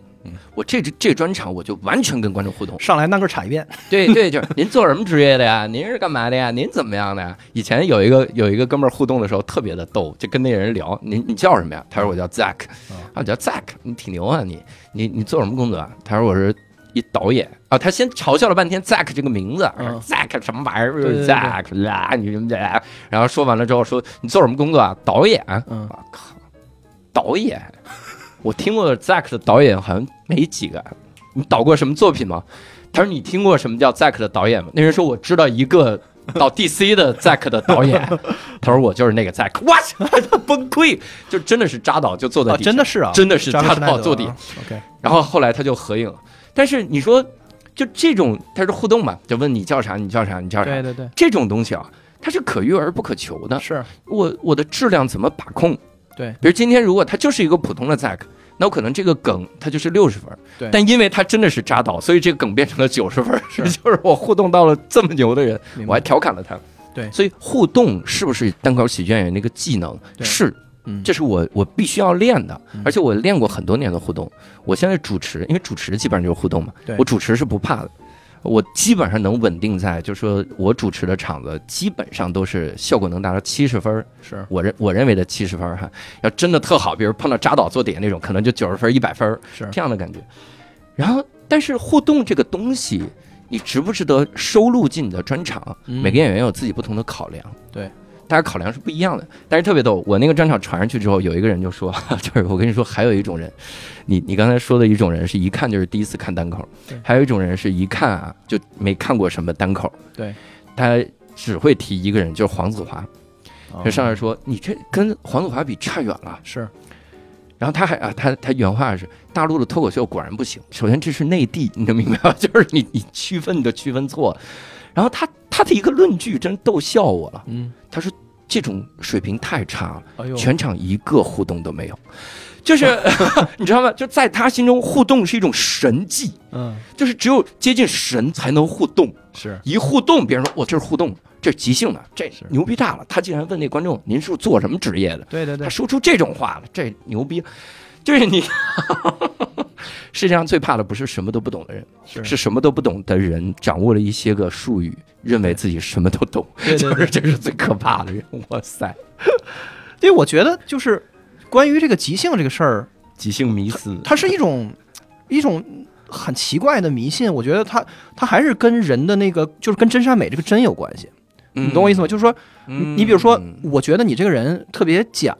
我这这专场我就完全跟观众互动，上来那个踩一遍， 对对，就是您做什么职业的呀？您是干嘛的呀？您怎么样的呀？以前有一个有一个哥们儿互动的时候特别的逗，就跟那人聊，您你叫什么呀？他说我叫 Zack，啊我叫 Zack，你挺牛啊你你你做什么工作啊？他说我是一导演啊。他先嘲笑了半天 Zack 这个名字、嗯 z a c k 什么玩意儿对对对？Zack 啦，你什么的？然后说完了之后说你做什么工作啊？导演。嗯我靠，导演， 我听过 Zack 的导演好像没几个。你导过什么作品吗？他说你听过什么叫 Zack 的导演吗？那人说我知道一个 到 DC 的 Zack 的导演，他说我就是那个 Zack，我去，他崩溃，就真的是扎导就坐在啊，底下，真的是啊，真的是扎克扎施耐导德坐底啊。OK，然后后来他就合影了，但是你说就这种，他是互动嘛，就问你叫啥，你叫啥，你叫啥，对对，这种东西啊，它是可遇而不可求的。是我我的质量怎么把控？对比如今天如果他就是一个普通的 Zack，那我可能这个梗它就是六十分儿，对但因为他真的是扎导，所以这个梗变成了九十分儿，是 就是我互动到了这么牛的人，明白我还调侃了他。对所以互动是不是单口喜剧演员的一个技能？对是，嗯这是我我必须要练的嗯，而且我练过很多年的互动。我现在主持，因为主持基本上就是互动嘛对，我主持是不怕的，我基本上能稳定在，就是说我主持的场子基本上都是效果能达到七十分儿，是我认我认为的七十分儿哈。要真的特好，比如碰到扎导做点那种，可能就九十分一百分儿是这样的感觉。然后，但是互动这个东西，你值不值得收录进你的专场？嗯每个演员有自己不同的考量，对，大家考量是不一样的。但是特别逗，我那个专场传上去之后，有一个人就说：“ 就是我跟你说，还有一种人，你你刚才说的一种人是一看就是第一次看单口对，还有一种人是一看啊就没看过什么单口，对，他只会提一个人，就是黄子华，哦就上来来说你这跟黄子华比差远了。”是然后他还啊，他他原话是：大陆的脱口秀果然不行。首先这是内地，你能明白吗？ 就是你你区分你都区分错了。然后他他的一个论据真逗笑我了。嗯，他说这种水平太差了，哎呦，全场一个互动都没有。就是 你知道吗？就在他心中，互动是一种神迹，嗯就是只有接近神才能互动。是一互动，别人说我这是互动，这是即兴的，这是牛逼炸了。他竟然问那观众：“您是做什么职业的？”对对对他，说出这种话了，这牛逼！就是你， 世界上最怕的不是什么都不懂的人，是是什么都不懂的人掌握了一些个术语，认为自己什么都懂，对 对就是这是最可怕的人。哇塞，对，我觉得就是关于这个即兴这个事儿，即兴迷思，它是一种一种很奇怪的迷信。我觉得它它还是跟人的那个，就是跟真善美这个真有关系。你懂我意思吗？吗？就是说，你嗯你比如说嗯，我觉得你这个人特别假，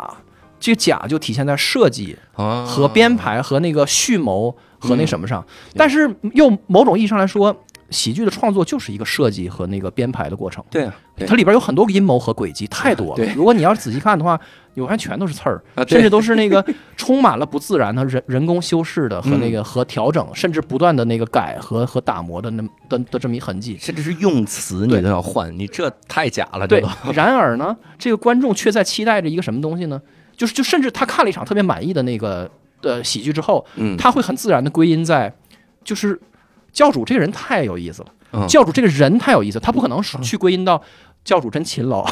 这个假就体现在设计啊和编排和那个蓄谋和那嗯什么上。对但是用某种意义上来说，喜剧的创作就是一个设计和那个编排的过程。对啊，对它里边有很多个阴谋和诡计，太多了对。如果你要是仔细看的话，你会发现全都是刺儿，啊 对甚至都是那个 充满了不自然的人人工修饰的和那嗯个和调整，甚至不断的那个改和和打磨的那的的这么一痕迹。甚至是用词你都要换，你这太假了，这啊对都，然而呢，这个观众却在期待着一个什么东西呢？就是就甚至他看了一场特别满意的那个呃喜剧之后，嗯，他会很自然的归因在，就是教主这个人太有意思了，嗯教主这个人太有意思，他不可能是去归因到教主真勤劳，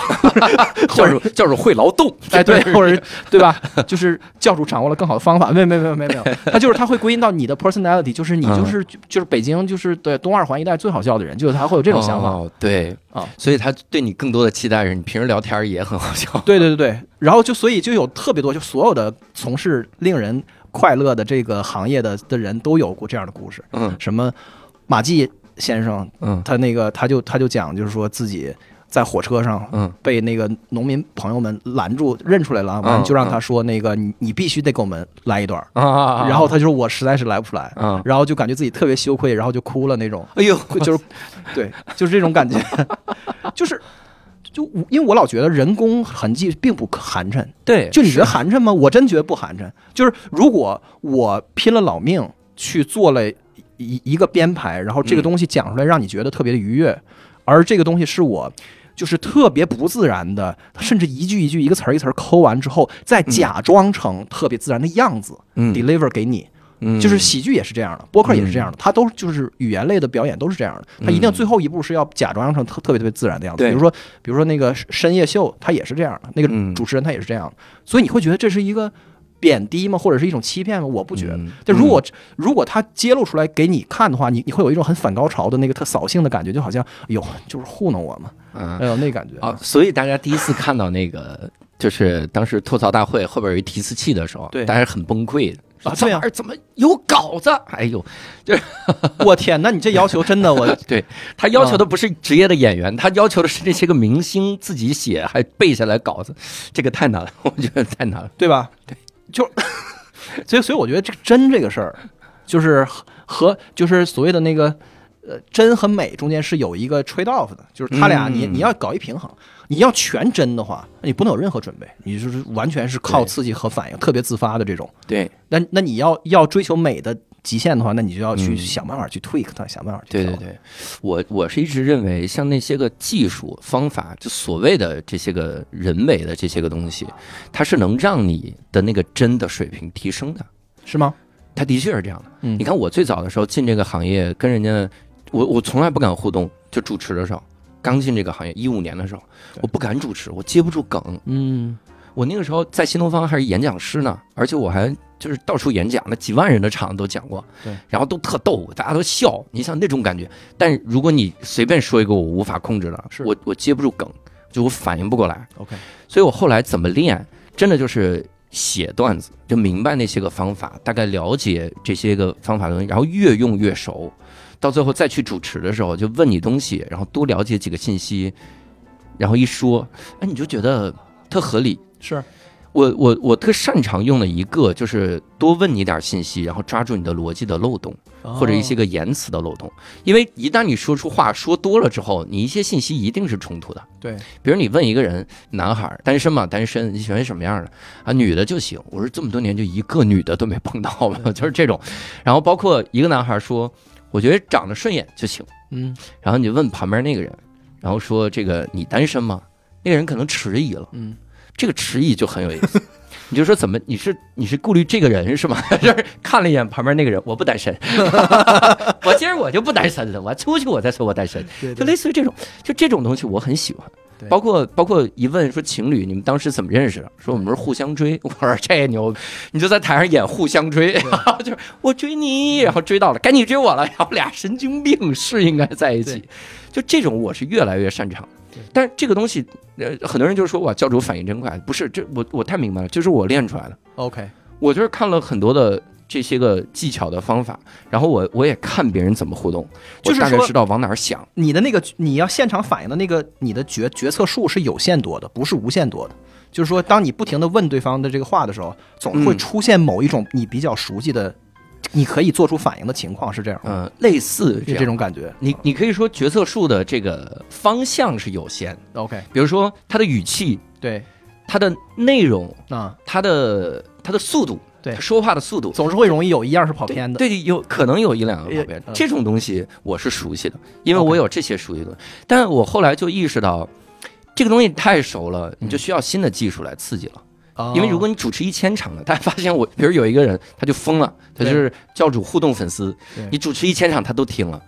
教主教主会劳动，哦哎，对， 或者是对吧？就是教主掌握了更好的方法，没有没有没有没有没 有，他就是他会归因到你的 personality，就是你嗯就是、就是北京就是对东二环一带最好笑的人，就是他会有这种想法。哦，对啊，所以他对你更多的期待是你平时聊天儿也很好笑，对对对对，然后就所以就有特别多，就所有的从事令人快乐的这个行业的的人都有过这样的故事，嗯什么马季先生，嗯他那个他就他就讲，就是说自己在火车上嗯被那个农民朋友们拦住，认出来了，啊完了就让他说那个你你必须得给我们来一段儿，啊然后他就说我实在是来不出来，啊，然后就感觉自己特别羞愧，然后就哭了那种。哎 呦，会就是， 对，就是这种感觉， 就是就我因为我老觉得人工痕迹并不寒碜，对，就你觉得寒碜吗？我真觉得不寒碜。就是如果我拼了老命去做了一一个编排，然后这个嗯东西讲出来让你觉得特别的愉悦，而这个东西是我。就是特别不自然的，甚至一句一句、一个词儿一词儿抠完之后，再假装成特别自然的样子、嗯 deliver 给你，嗯就是喜剧也是这样的，播客也是这样的，它都就是语言类的表演都是这样的，它一定最后一步是要假装成特特别特别自然的样嗯子。对比如说，比如说那个深夜秀，它也是这样的，那嗯个主持人他也是这样的，所以你会觉得这是一个贬低吗，或者是一种欺骗吗？我不觉得嗯。但如果如果他揭露出来给你看的话，你你会有一种很反高潮的那个特扫兴的感觉，就好像哎呦就是糊弄我嘛，啊哎呦那感觉啊，所以大家第一次看到那个，就是当时吐槽大会后边有一提词器的时候，对大家是很崩溃的。说啊这对啊玩意儿怎么有稿子？哎呦，我天，那你这要求真的我对他要求的不是职业的演员，他要求的是那些个明星自己写，还背下来稿子，这个太难了， 我觉得太难了。对吧？对，就所以所以我觉得这个真这个事儿，就是和和就是所谓的那个呃真和美中间是有一个 trade off 的，就是他俩嗯你、你要搞一平衡，你要全真的话，你不能有任何准备，你就是完全是靠对刺激和反应，特别自发的这种。对，那那你要要追求美的极限的话，那你就要去嗯想办法去 tweak 它，想办法去对调对对，我我是一直认为，像那些个技术方法，就所谓的这些个人为的这些个东西，它是能让你的那个真的水平提升的。是吗？它的确是这样的。嗯你看我最早的时候进这个行业，跟人家我我从来不敢互动，就主持的时候，刚进这个行业一五年的时候，对我不敢主持，我接不住梗。嗯，我那个时候在新东方还是演讲师呢，而且我还就是到处演讲，那几万人的场都讲过，对，然后都特逗，大家都笑，你想那种感觉。但如果你随便说一个我无法控制的，是我我接不住梗，就我反应不过来。 OK 所以我后来怎么练，真的就是写段子，就明白那些个方法，大概了解这些个方法的东西，然后越用越熟，到最后再去主持的时候，就问你东西，然后多了解几个信息，然后一说，哎，你就觉得特合理。是我我我特擅长用的一个就是多问你点信息，然后抓住你的逻辑的漏洞，或者一哦些个言辞的漏洞。因为一旦你说出话说多了之后，你一些信息一定是冲突的。对比如你问一个人，男孩儿单身嘛，单身，你喜欢什么样的啊？女的就行。我说这么多年就一个女的都没碰到吧， 就是这种。然后包括一个男孩儿说，我觉得长得顺眼就行。嗯然后你问旁边那个人，然后说这个你单身吗？那个人可能迟疑了，嗯，这个迟疑就很有意思。 你就说怎么你是你是顾虑这个人是吗？ 就是看了一眼旁边那个人，我不单身， 我今儿我就不单身了，我出去我再说我单身。对就类似于这种，就这种东西我很喜欢对。包括包括一问说情侣，你们当时怎么认识的？说我们是互相追。 我说这牛逼，你就在台上演互相追，然后就是我追你，嗯然后追到了，该你追我了，然后俩神经病是应该在一起。就这种我是越来越擅长对。但这个东西，呃，很多人就说哇，教主反应真快，不是这我我太明白了，这是我练出来的。 OK 我就是看了很多的这些个技巧的方法，然后我我也看别人怎么互动，我就是大概说哦知道往哪儿想。你的那个你要现场反应的那个你的决决策数是有限多的，不是无限多的。就是说，当你不停的问对方的这个话的时候，总会嗯出现某一种你比较熟悉的，你可以做出反应的情况，是这样吗？嗯，类似是样这种感觉。你你可以说决策树的这个方向是有限的， OK，比如说它的语气、对，它的内容、啊，它的它的速度，对它说话的速度，总是会容易有一样是跑偏的。对，有可能有一两个跑偏也。嗯这种东西我是熟悉的，因为 OK 我有这些熟悉的。但我后来就意识到，这个东西太熟了，嗯你就需要新的技术来刺激了。哦因为如果你主持一千场的，大家发现我，比如有一个人他就疯了，他就是教主互动粉丝对，你主持一千场他都听了，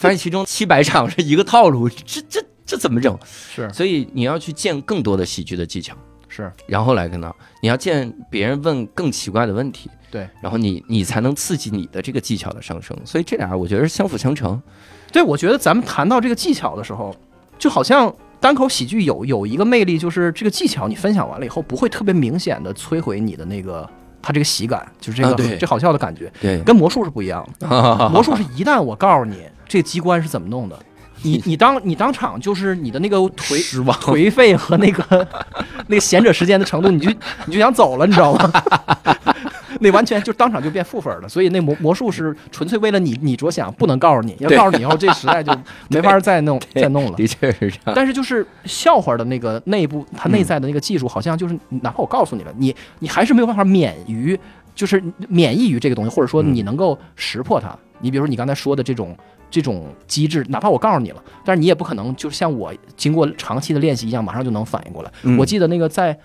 发现其中七百场是一个套路，这这这怎么整？是所以你要去见更多的喜剧的技巧，是然后来跟他，你要见别人问更奇怪的问题，对，然后你你才能刺激你的这个技巧的上升。所以这俩我觉得是相辅相成。对，我觉得咱们谈到这个技巧的时候，就好像单口喜剧有有一个魅力，就是这个技巧你分享完了以后，不会特别明显的摧毁你的那个它这个喜感，就是这啊个、对这好笑的感觉， 对，跟魔术是不一样的。魔 魔术是一旦我告诉你这个机关是怎么弄 的，你你当你当场就是你的那个颓失望，颓废和那个 那个闲者时间的程度，你就你就想走了，你知道 吗？那完全就当场就变负分了，所以那魔魔术是纯粹为了你你着想，不能告诉你，要对告诉你以后这时代就没法再弄 对再弄了。的确是这样。但是就是笑话的那个内部，它嗯内在的那个技术，好像就是哪怕我告诉你了，你你还是没有办法免于，就是免疫于这个东西，或者说嗯你能够识破它。你比如说你刚才说的这种这种机制，哪怕我告诉你了，但是你也不可能就像我经过长期的练习一样，马上就能反应过来。嗯我记得那个在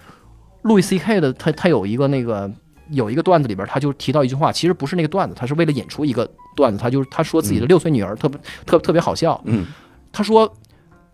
路易 C K 的，他他有一个那个有一个段子里边，他就提到一句话，其实不是那个段子，他是为了引出一个段子，他就是他说自己的六岁女儿特别特特别好笑，嗯他说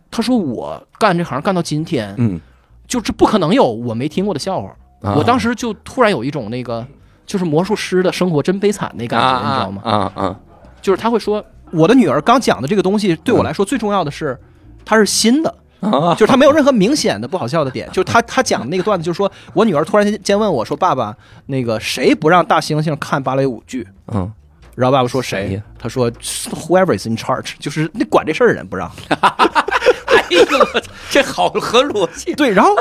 他说我干这行干到今天，嗯，就是不可能有我没听过的笑话。啊我当时就突然有一种那个就是魔术师的生活真悲惨那感觉，啊你知道吗？啊啊啊！就是他会说我的女儿刚讲的这个东西对我来说最重要的是它是新的。啊就是他没有任何明显的不好笑的点，就是他他讲的那个段子，就是说我女儿突然间问我说：“爸爸，那个谁不让大猩猩看芭蕾舞剧嗯，？”然后爸爸说：“谁谁呀？”他说：“Whoever is in charge，就是那管这事儿的人不让。 哎呦，我操这好合逻”辑。对，然后，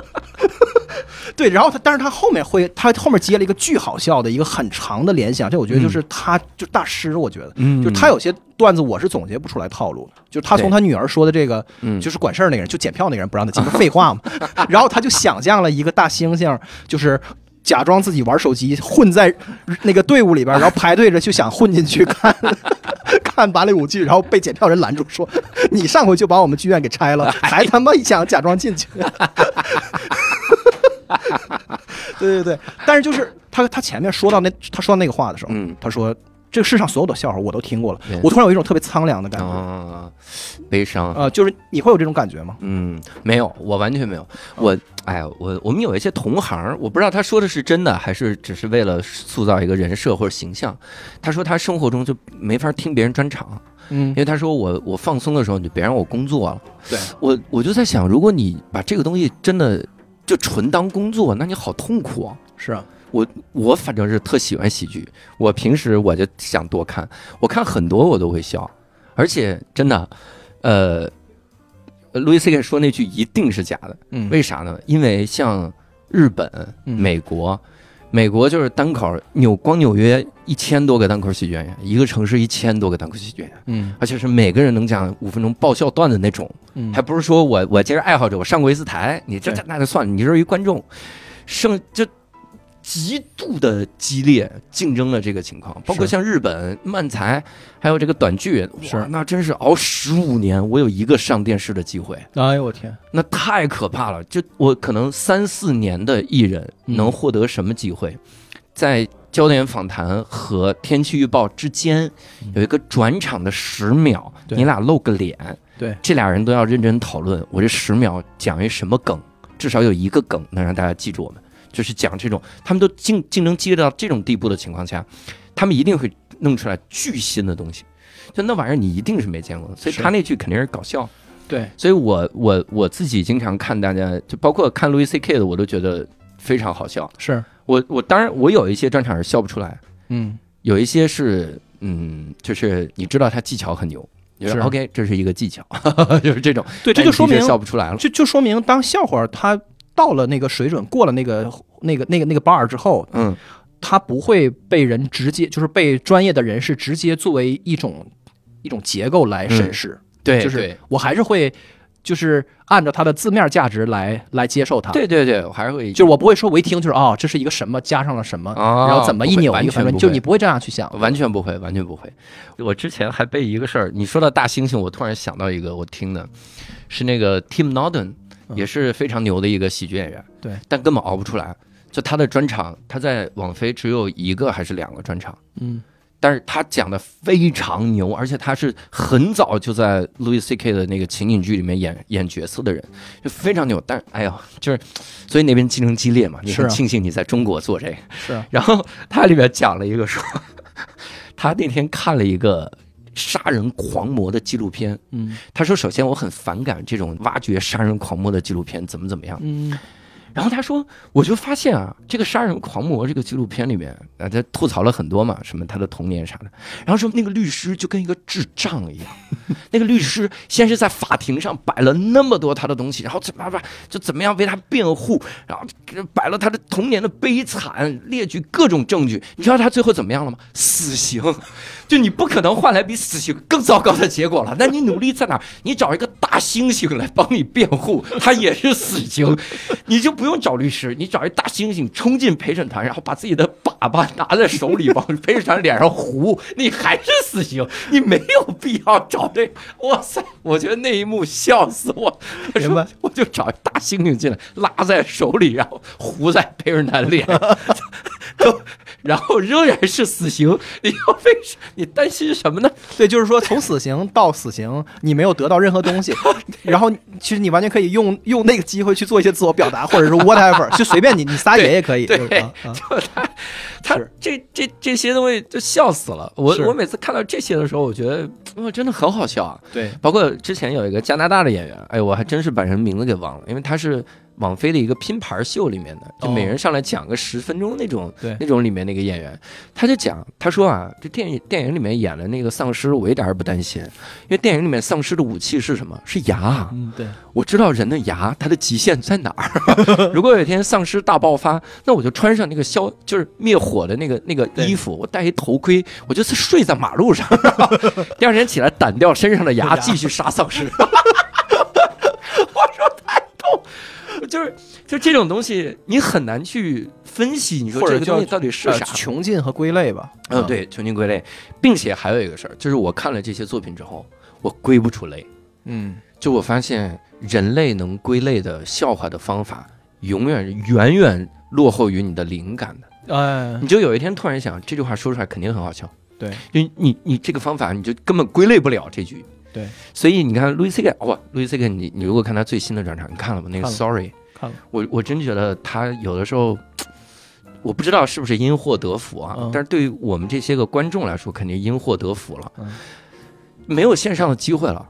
对，然后他，但是他后面会，他后面接了一个巨好笑的一个很长的联想，这我觉得就是他、就大师，我觉得，嗯就是他有些段子我是总结不出来套路的，就是他从他女儿说的这个，嗯就是管事 儿那个人，就检票那个人不让他进，不是废话嘛。然后他就想象了一个大猩猩，就是假装自己玩手机，混在那个队伍里边，然后排队着就想混进去看看芭蕾舞剧，然后被检票人拦住说：“ 你上回就把我们剧院给 拆了，哎还他妈想假装进去。” 对对对，但是就是他他前面说到那他说到那个话的时候，嗯他说这个世上所有的笑话我都听过了对，我突然有一种特别苍凉的感觉。啊，悲伤。呃，就是你会有这种感觉吗？嗯，没有，我完全没有。我，哎呀，我我们有一些同行，我不知道他说的是真的还是只是为了塑造一个人设或者形象。他说他生活中就没法听别人专场，嗯因，为他说我我放松的时候你就别让我工作了。对，我我就在想，如果你把这个东西真的就纯当工作，那你好痛苦啊！是啊，我反正是特喜欢喜剧，我平时我就想多看，我看很多我都会笑，而且真的，呃，路易斯 K 说那句一定是假的，嗯为啥呢？因为像日本、嗯美国，美国就是单口纽光纽约一千多个单口喜剧演员，一个城市一千多个单口喜剧演员，嗯而且是每个人能讲五分钟爆笑段子那种。嗯还不是说我我今儿爱好者，我上过一次台，你这这那就算了，你就是一观众，剩就极度的激烈竞争的这个情况，包括是像日本漫才，还有这个短剧，哇是那真是熬十五年，我有一个上电视的机会，哎呦我天，那太可怕了。就我可能三四年的艺人嗯能获得什么机会，在。焦点访谈和天气预报之间嗯有一个转场的十秒，对你俩露个脸，对，这俩人都要认真讨论，我这十秒讲一什么梗，至少有一个梗能让大家记住我们，就是讲这种他们都竞竞争激烈到这种地步的情况下，他们一定会弄出来巨新的东西，就那玩意儿你一定是没见过的，所以是他那句肯定是搞笑。对，所以我我我自己经常看大家，就包括看 Louis C K 的，我都觉得非常好笑。是，我我当然我有一些专场是笑不出来，嗯有一些是，嗯，就是你知道他技巧很牛，就是 OK，这是一个技巧， 就是这种，，哎对，这但你就说的确明笑不出来了。就就说明，当笑话它到了那个水准，过了那个那个那个那个 bar 之后，嗯，它不会被人直接，就是被专业的人士直接作为一种一种结构来审视。嗯对就是我还是会，就是按照它的字面价值来来接受它。，对对对，我还是会就是我不会说我一听就是哦，这是一个什么加上了什么，啊然后怎么一扭不会一个反完全不会正，就你不会这样去想。完全不会，完全不会。我之前还被一个事儿，你说到大猩猩，我突然想到一个，我听的是那个 Tim Norton，嗯也是非常牛的一个喜剧演员，对，但根本熬不出来。就他的专场，他在网飞只有一个还是两个专场，嗯，但是他讲的非常牛，而且他是很早就在 Louis C.K. 的那个情景剧里面演演角色的人，就非常牛。但是哎呀，就是所以那边竞争激烈嘛，你是很啊庆幸你在中国做这个。是啊，然后他里面讲了一个说，他那天看了一个杀人狂魔的纪录片。嗯他说，首先我很反感这种挖掘杀人狂魔的纪录片怎么怎么样。嗯然后他说，我就发现啊，这个杀人狂魔这个纪录片里面啊，他吐槽了很多嘛，什么他的童年啥的。然后说那个律师就跟一个智障 一样，那个律师先是在法庭上摆了那么多他的东西，然后怎么吧就怎么样为他辩护，然后摆了他的童年的悲惨，列举各种证据。你知道他最后怎么样了吗？死刑。就你不可能换来比死刑更糟糕的结果了。那你努力在哪儿？你找一个大猩猩来帮你辩护，他也是死 刑，你就不用找律师，你找一大猩猩冲进陪审团，然后把自己的粑粑拿在手里往陪审团脸上糊，你还是死刑。你没有必要找这。哇塞，我觉得那一幕笑死我。我明白说我就找一大猩猩进来，拉在手里，然后糊在陪审团脸。 都然后仍然是死刑，你要为什你担心什么呢？ 对，就是说从死刑到死刑，你没有得到任何东 西，然后其实你完全可以用用那个机会去做一些自我表达，或者是 whatever，就 随便你你撒野也可以。对就是啊啊就他他是这这这些东西就笑死了。我是我每次看到这些的时候，我觉得哇，哦真的很好笑啊。对，包括之前有一个加拿大的演员，哎，我还真是把人名字给忘了，因为他是网飞的一个拼盘秀里面的，就哦每人上来讲个十分钟那种，对那种里面那个演员，他就讲，他说啊，这电影电影里面演的那个丧尸，我一点儿也不担心，因为电影里面丧尸的武器是什么？是牙。啊嗯对，我知道人的牙它的极限在哪儿。 如果有一天丧尸大爆发，那我就穿上那个消就是灭火的那个那个衣服，我戴一头盔，我就是睡在马路上， 第二天起来掸掉身上的牙，牙继续杀丧尸。 我说太逗，就是就这种东西，你很难去分析，你说或者这个叫东西到底是呃啥？穷尽和归类吧。啊嗯，，对，穷尽归类，并且还有一个事儿，就是我看了这些作品之后，我归不出类。嗯，就我发现，人类能归类的笑话的方法，永远远远落后于你的灵感的。哎，你就有一天突然想，这句话说出来肯定很好笑。对，你你你这个方法，你就根本归类不了这句。对，所以你看 Louis C K，哇，Louis C K，你你如果看他最新的专场，你看了吗？那个看了 Sorry，看了，我我真觉得他有的时候，我不知道是不是因祸得福啊，嗯但是对于我们这些个观众来说，肯定因祸得福了，嗯没有线上的机会了，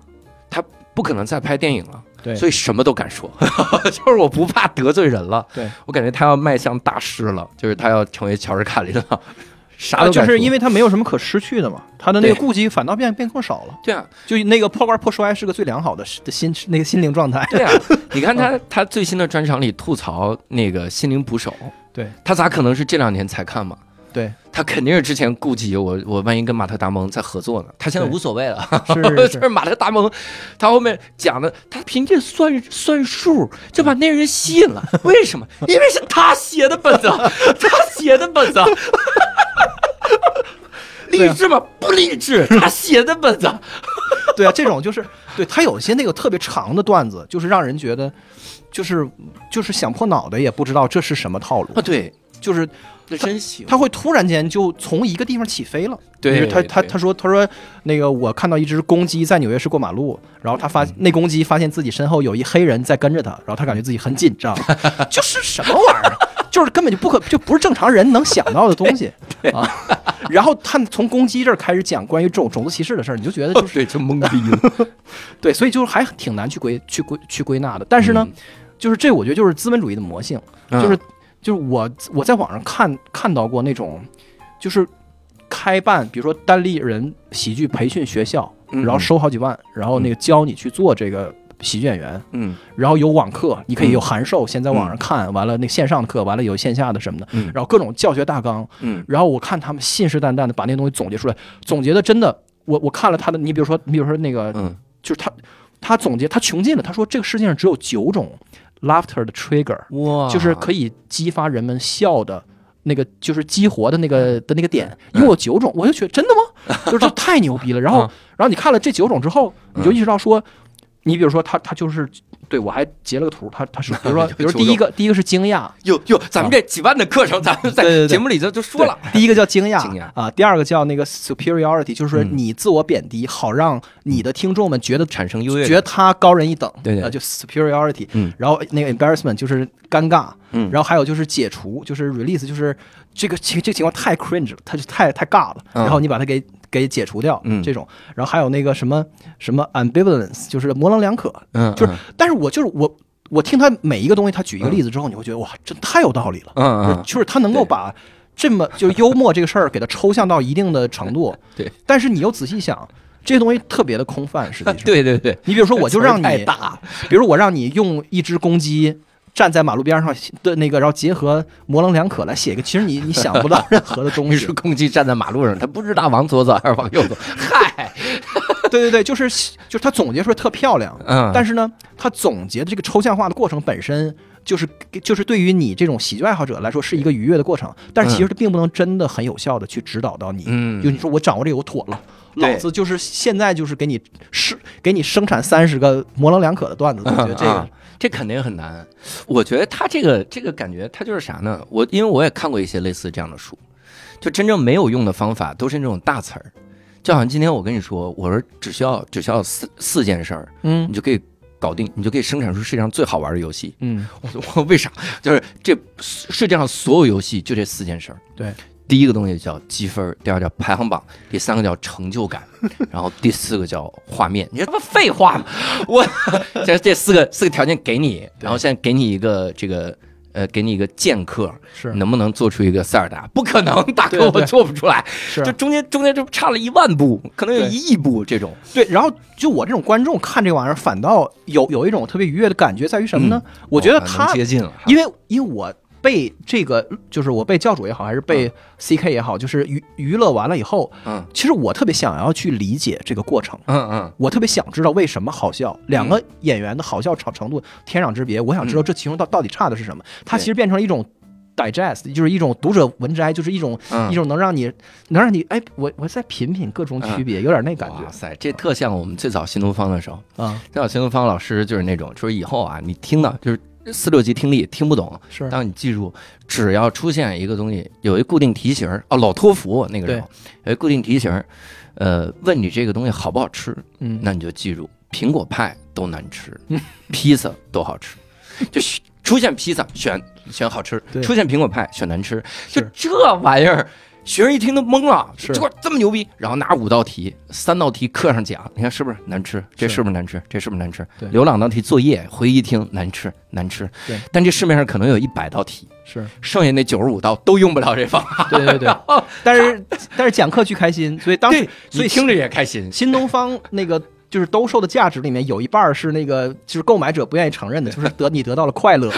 他不可能再拍电影了。对所以什么都敢说， 就是我不怕得罪人了。对我感觉他要迈向大师了，就是他要成为乔治卡林了， 啥啊，都就敢说、是因为他没有什么可失去的嘛，他的那个对顾忌反倒变变更少了。对啊，就那个破罐破摔是个最良好的的心那个心灵状态。对 啊，你看他他最新的专场里吐槽那个心灵捕手，对他咋可能是这两年才看嘛？对，他肯定是之前顾及我，我万一跟马特·达蒙在合作呢，他现在对无所谓了。 是就，是马特·达蒙，他后面讲的，他凭借算算数就把那人吸引了，为什么？因为是他写的本子， 他写的本子。 对励啊志吗？不励志，他写的本 子。对啊，这种就是对他有些那个特别长的段子，就是让人觉得，就是就是想破脑袋也不知道这是什么套路，啊，对，就是这真行。他会突然间就从一个地方起飞了。对就是他他对他说他说那个我看到一只公鸡在纽约市过马路，然后他发嗯那公鸡发现自己身后有一黑人在跟着他，然后他感觉自己很紧 张，就是什么玩意儿，就是根本就不可就不是正常人能想到的东西啊。 然后他从公鸡这儿开始讲关于种种族歧视的事儿，你就觉得就是对，就懵逼了。对，所以就是还挺难去归去归去归纳的。但是呢，就是这我觉得就是资本主义的魔性，嗯，就是就是我我在网上看看到过那种，就是开办比如说单立人喜剧培训学校，嗯然后收好几万，然后那个教你去做这个。喜剧演员，嗯然后有网课，你可以有函授，先在网上嗯看，完了那线上的课，完了有线下的什么的，嗯然后各种教学大纲，嗯然后我看他们信誓旦旦的把那东西总结出来，总结的真的，我我看了他的，你比如说，你比如说那个嗯就是他他总结他穷尽了，他说这个世界上只有九种 laughter 的 trigger，哇就是可以以激发人们笑的。那个就是激活的那个的那个点，一共有九种，我就觉得真的 吗？就是这太牛逼了。然后，嗯然后你看了这九种之后，你就意识到说，你比如说他他就是，对我还截了个图，他他是 比如说，比如说第一个第一个是惊讶，哟哟，咱们这几万的课程，咱们对在对对节目里头就说对了，第一个叫惊讶，惊讶啊，第二个叫那个 superiority，就是说嗯你自我贬低，好让你的听众们觉得产生优越觉感。得他高人一等，对对呃就 superiority，嗯然后那个 embarrassment 就是尴尬，嗯然后还有就是解除，就是 release，就是这个这个这个情况太 cringe 了，它就太太尬了，嗯然后你把它给给解除掉，嗯这种，然后还有那个什么什么 ambivalence，就是模棱两可，嗯就是，但是我就是我我听他每一个东西，他举一个例子之后，你会觉得哇，这太有道理了，嗯嗯就是嗯，就是他能够对把这么就幽默这个事儿给它抽象到一定的程度， 对，但是你又仔细想，这些东西特别的空泛，实际上。 对对对，你比如说，我就让词儿 太你，大，比如我让你用一只公鸡站在马路边上的那个，然后结合模棱两可来写一个，其实你你想不到任何的东 你西说。公鸡站在马路上，它不知道往左走还是往右走。嗨，对对对，就是就是他总结出来特漂亮，嗯但是呢，他总结的这个抽象化的过程本身。就是就是对于你这种喜剧爱好者来说是一个愉悦的过程，但是其实并不能真的很有效的去指导到你。嗯就你说我掌握这个我妥了，对老子就是现在就是给你是给你生产三十个模棱两可的段子，我觉得这个啊这肯定很难。我觉得他这个这个感觉，他就是啥呢？我因为我也看过一些类似这样的书，就真正没有用的方法都是那种大词儿。就好像今天我跟你说，我说只需要只需要四四件事儿，嗯你就可以搞定，你就可以生产出世界上最好玩的游戏。嗯 我说我为啥？就是这世界上所有游戏就这四件事儿。对，第一个东西叫积分儿，第二个叫排行榜，第三个叫成就 感，然后第四个叫画面。你说他妈废话吗？我 这这四个四个条件给你，然后现在给你一个这个呃，给你一个剑客，是能不能做出一个塞尔达？不可能，大对哥，我对做不出来。是就中间中间就差了一万步，可能有对一亿步这种。对，然后就我这种观众看这玩意儿，反倒有有一种特别愉悦的感觉，在于什么呢？我觉得哦他能，接近了，因为因为我被这个，就是我被教主也好，还是被 CK 也好，就是娱娱乐完了以后，嗯其实我特别想要去理解这个过程。嗯嗯，我特别想知道为什么好笑，两个嗯演员的好笑程程度天壤之别。我想知道这其中到到底差的是什么。它其实变成了一种 digest，就是一种读者文摘，就是一种、嗯一种能让你能让你哎，我我再品品各种区嗯别，有点那感哇觉塞，这特像我们最早新东方的时候，啊，最早新东方老师就是那种，就是以后啊，你听到就是四六级听力听不懂，是当你记住，只要出现一个东西，有一固定题型儿哦，老托福那个时候有一固定题型儿，呃，问你这个东西好不好吃，嗯，那你就记住，苹果派都难吃，披萨都好 吃，就选出现披萨选选好吃对，出现苹果派选难吃，就是这玩意儿。学生一听都懵了，是这块这么牛逼，然后拿五道题，三道题课上讲，你看是不是难吃？这是是不是难吃？这是不是难吃对？留两道题作业，回一听难吃难吃对。但这市面上可能有一百道题， 是剩下那九十五道都用不了这方法。对对 对，但是但是讲课去开心，所以当时对所以你听着也开 心。新东方那个就是兜售的价值里面有一半儿是那个就是购买者不愿意承认的，就是得你得到了 快乐，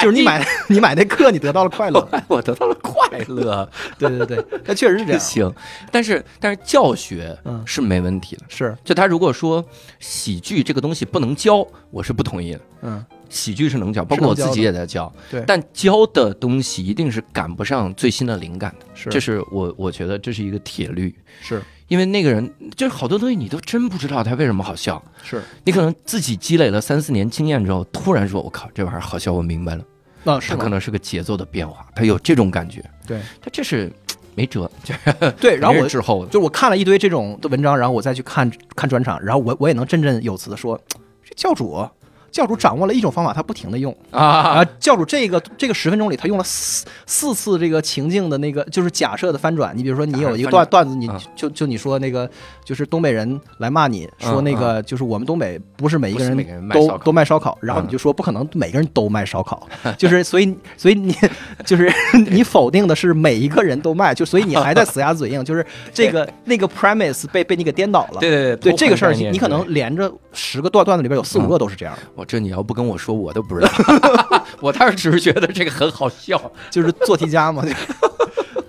就是你哎买你买那课你得到了快乐，我得到了快乐， 对对对，那确实是这 样，行。但是但是教学嗯是没问题的。是就他如果说喜剧这个东西不能教，我是不同意的。嗯喜剧是能教，包括我自己也在教，对但教的东西一定是赶不上最新的灵感的，是这是我我觉得这是一个铁律，是因为那个人就是好多东西你都真不知道他为什么好笑，是啊你可能自己积累了三四年经验之后，突然说我靠这玩意儿好笑，我明白了，啊是它吗可能是个节奏的变化，它有这种感觉，对他这是没辙，就是对，然后没人我滞 后的，就我看了一堆这种的文章，然后我再去看看专场，然后我我也能振振有词的说，这教主教主掌握了一种方法，他不停的用啊。教主这个这个十分钟里，他用了四四次这个情境的那个就是假设的翻转。你比如说，你有一个段段子，你嗯就就你说那个就是东北人来骂你说那个就是我们东北不是每一个嗯不是人每个人卖都烧烤都卖烧烤，然后嗯你就说不可能每个人都卖烧烤，就是所以所以你就是 你否定的是每一个人都卖，就所以你还在死鸭子嘴硬，就是这个那个 premise 被被你给颠倒了。对对对这个事偷儿，换概念你可能连着十个段段子里边有四嗯五个都是这样的，我这你要不跟我说，我都不知道。 我当时只是觉得这个很好笑。就是做题家嘛。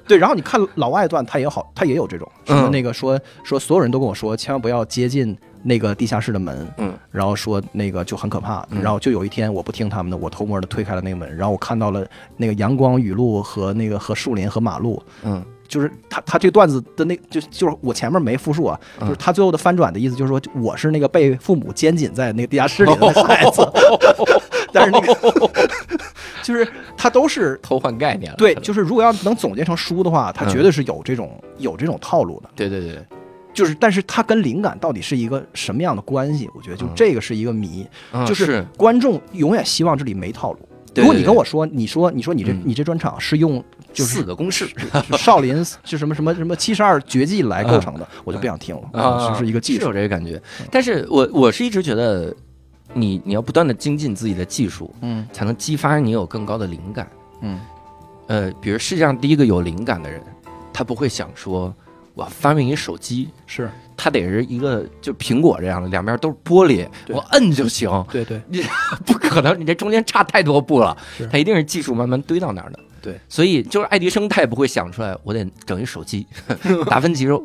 对，然后你看老外段，他也好，他也有这种什么嗯那个说说所有人都跟我说，千万不要接近那个地下室的门，嗯，然后说那个就很可怕，然后就有一天我不听他们的，我偷摸的推开了那个门，然后我看到了那个阳光雨露和那个和树林和马路，嗯，就是他他这个段子的那就就是我前面没复述啊，嗯就是他最后的翻转的意思就是说我是那个被父母监禁在那个地下室里的那个孩 子， 但是那个 就是他都是。偷换概念了。对，可能就是如果要能总结成书的话，他嗯绝对是有这种、有这种套路的。对对对，就是，但是它跟灵感到底是一个什么样的关系？我觉得就嗯这个是一个谜。嗯就是观众永远希望这里没套路。对如果你对跟我说，你说你说你这嗯你这专场是用就是四个公式，是少林 是什么什么什么七十二绝技来构成的，我就不想听了，嗯啊，嗯就是一个技是术嗯有。这个感觉。但是我我是一直觉得你，你要不断的精进自己的技术，嗯才能激发你有更高的灵感。嗯，呃，比如世界上第一个有灵感的人，他不会想说我要发明一手机，是他得是一个就苹果这样的，两边都是玻璃，对我摁就行。 对对 不可能，你这中间差太多步了是，它一定是技术慢慢堆到那儿的。对，所以就是爱迪生他也不会想出来，我得整一手 机，达芬奇说，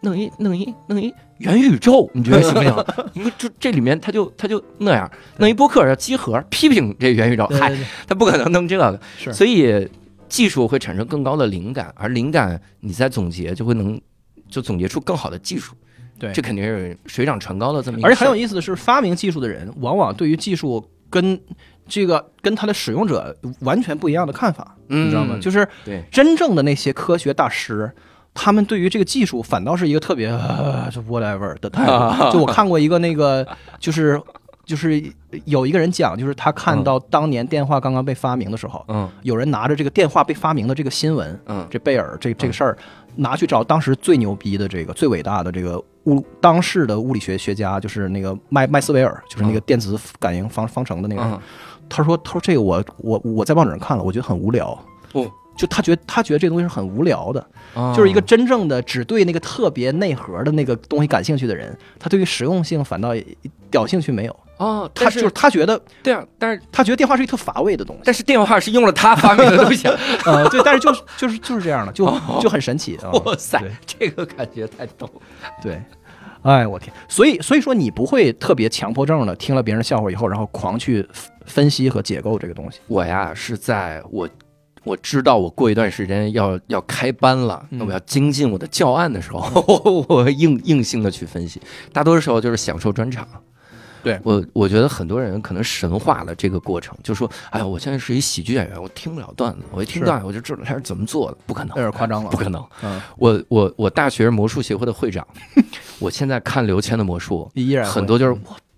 弄一弄一弄一元宇宙，你觉得行不行？ 你说这这里面他就他就那样，弄一播客叫集合批评这元宇宙，嗨，他不可能弄这个，是所以技术会产生更高的灵感，而灵感你再总结就会能就总结出更好的技术，对这肯定是水涨船高的这么一个而事儿，且很有意思的是，发明技术的人往往对于技术跟这个跟他的使用者完全不一样的看法，嗯你知道吗？就是对真正的那些科学大师，他们对于这个技术反倒是一个特别、呃、就 whatever 的态啊度。就我看过一个那个， 就是就是有一个人讲，就是他看到当年电话刚刚被发明的时候，嗯有人拿着这个电话被发明的这个新闻，嗯这贝尔这这个事儿，拿去找当时最牛逼的这个最伟大的这个物当世的物理学学家，就是那个麦麦斯韦尔，就是那个电子感应方方程的那个人。嗯他说他说这个我我我在报纸上看了，我觉得很无聊。哦，就他觉得他觉得这东西是很无聊的，啊就是一个真正的只对那个特别内核的那个东西感兴趣的人，他对于实用性反倒也一屌兴趣没有。哦，他但就是他觉得对啊，但是他觉得电话是一特乏味的东西。 但是电话是用了他发明的东西，呃，对，但是就是哦就是就是这样的，就就很神奇啊。 哇塞对，这个感觉太逗了。对，哎，我天！所以所以说你不会特别强迫症的，听了别人的笑话以后，然后狂去分析和解构这个东西。我呀是在我我知道我过一段时间要要开班了，那嗯我要精进我的教案的时候， 我硬硬性的去分析。大多时候就是享受专场。对我，我觉得很多人可能神化了这个过程，就说：“哎呀，我现在是一喜剧演员，我听不了段子，我一听是段子我就知道他是怎么做的。”不可能，有点夸张了不可能。嗯，我我我大学是魔术协会的会长，我现在看刘谦的魔术，依然会很多就是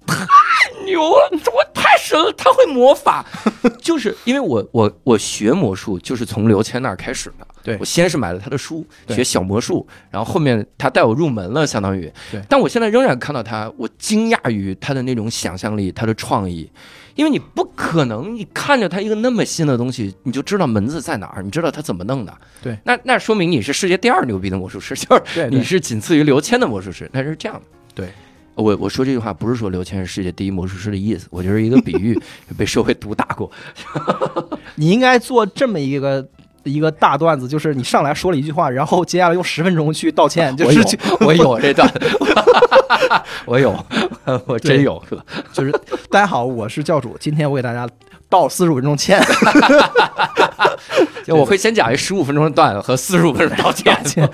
我太牛了，我太神了，他会魔法， 就是因为我我我学魔术就是从刘谦那儿开始的。对我先是买了他的书，对学小魔术，然后后面他带我入门了，相当于。对但我现在仍然看到他，我惊讶于他的那种想象力，他的创意，因为你不可能，你看着他一个那么新的东西，你就知道门子在哪儿，你知道他怎么弄的。对，那那说明你是世界第二牛逼的魔术师，就是哎对你是仅次于刘谦的魔术师，那是这样的。对，我我说这句话不是说刘谦是世界第一魔术师的意思，我就是一个比喻， 被社会毒打过。你应该做这么一个。一个大段子就是你上来说了一句话，然后接下来用十分钟去 道歉，啊就我是有， 我有这段，我有， 我真有。就是大家好，我是教主，今天我给大家道四十五分 钟歉，就我会先讲一十五分钟的段子和四十五分钟道 歉。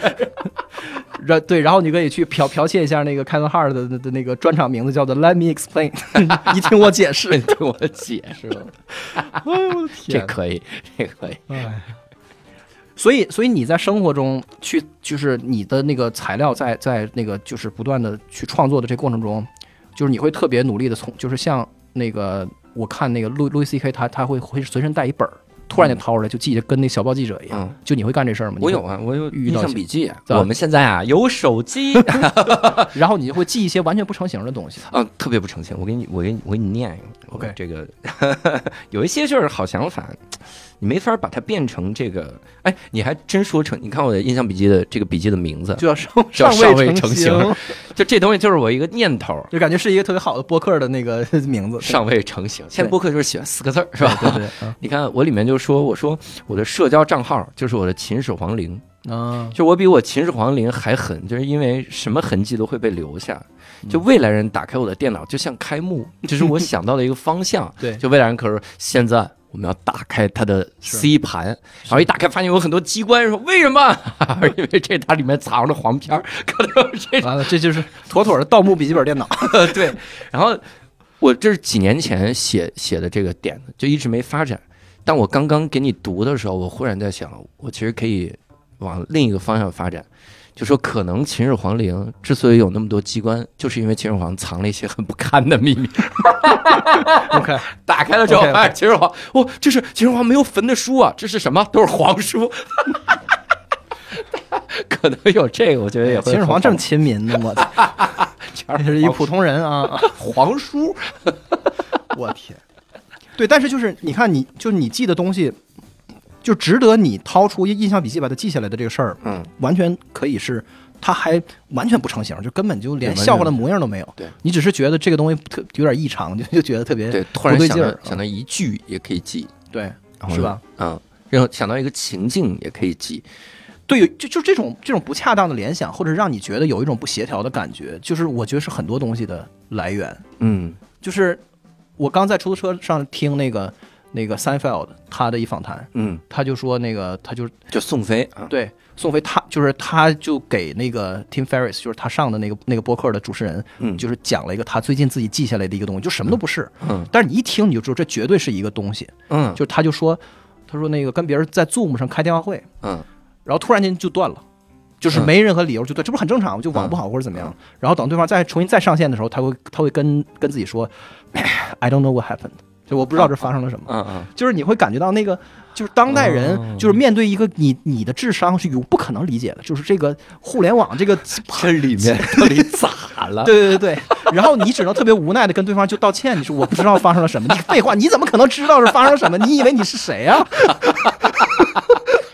然对，然后你可以去剽剽窃一下那个 Kevin Hart 的的的那个专场名字叫做 Let Me Explain，你 听我解释。你对我的解释了，这可以，这可以。所以，所以你在生活中去，就是你的那个材料在在那个就是不断的去创作的这过程中，就是你会特别努力的从，就是像那个我看那个路路易 C K 他他会会随身带一本儿，突然就掏出来就记得跟那小报记者一样，嗯，就你会干这事儿吗？你我会有。啊，我有遇印到象一些笔记啊。咋我们现在啊有手机， 然后你就会记一些完全不成形的东西。嗯，特别不诚信。我给你，我给你，我给你念一个。 OK 这个有一些就是好想法，你没法把它变成这个。哎，你还真说成？你看我的印象笔记的这个笔记的名字，就要上叫尚未未成型，型就这东西就是我一个念头，就感觉是一个特别好的播客的那个 名字。尚未成型。现在对播客就是喜欢四个字儿，是吧？对对对， 你看我里面就说，我说我的社交账号就是我的秦始皇陵，嗯，就我比我秦始皇陵还狠，就是因为什么痕迹都会被留下。嗯就未来人打开我的电脑，就像开 幕，这是我想到的一个方向。对，就未来人可是现在我们要打开它的是 C 盘，然后一打开发现有很多机关，说为什么？ 因为这它里面藏着黄片儿，可能是这完了，这就是妥妥的盗墓笔记本 电脑。个呃对。然后我这是几年前写写的这个点子，就一直没发展。但我刚刚给你读的时候，我忽然在想，我其实可以往另一个方向发展。就说可能秦始皇陵之所以有那么多机关，就是因为秦始皇藏了一些很不堪的秘密。 OK，打开了之后， OK，OK 发现秦始皇，哦，这是秦始皇没有焚的书啊，这是什么？都是皇书。 可能有这个，我觉得也会哎秦始皇很正好亲民呢，我的， 全是一普通人啊， 皇叔， 我天。对，但是就是你看你，就你记的东西，就值得你掏出印象笔记把它记下来的这个事儿，嗯，完全可以是。它还完全不成形，就根本就连对完全笑话的模样都没有。对你只是觉得这个东西特有点异常，就就觉得特别对，突哎不然对想劲儿到，想到一句也可以记，对然后是吧？嗯，然后想到一个情境也可以记，对，有就就这种这种不恰当的联想，或者让你觉得有一种不协调的感觉，就是我觉得是很多东西的来源。嗯就是我刚在出租车上听那个那个 Seinfeld 他的一访谈，嗯，他就说那个他就就宋飞啊，对宋飞他就是他就给那个 Tim Ferris 就是他上的那个那个播客的主持人，嗯就是讲了一个他最近自己记下来的一个东西，就什么都不是，嗯但是你一听你就知道这绝对是一个东西。嗯就他就说他说那个跟别人在 Zoom 上开电话会，嗯然后突然间就断了。就是没任何理由就断，这不是很正常吗？就网不好或者怎么嗯样。然后等对方再重新再上线的时候，他会他会跟跟自己说，I 哎 don't know what happened，就我不知道这发生了什么。嗯哦嗯，就是你会感觉到那个，就是当代人，就是面对一个你你的智商是有不可能理解的，就是这个互联网 这个这里面到底咋 了？对对对对，然后你只能特别无奈的跟对方就道歉，你说我不知道发生了什么，你废话，你怎么可能知道是发生了什么？你以为你是谁啊？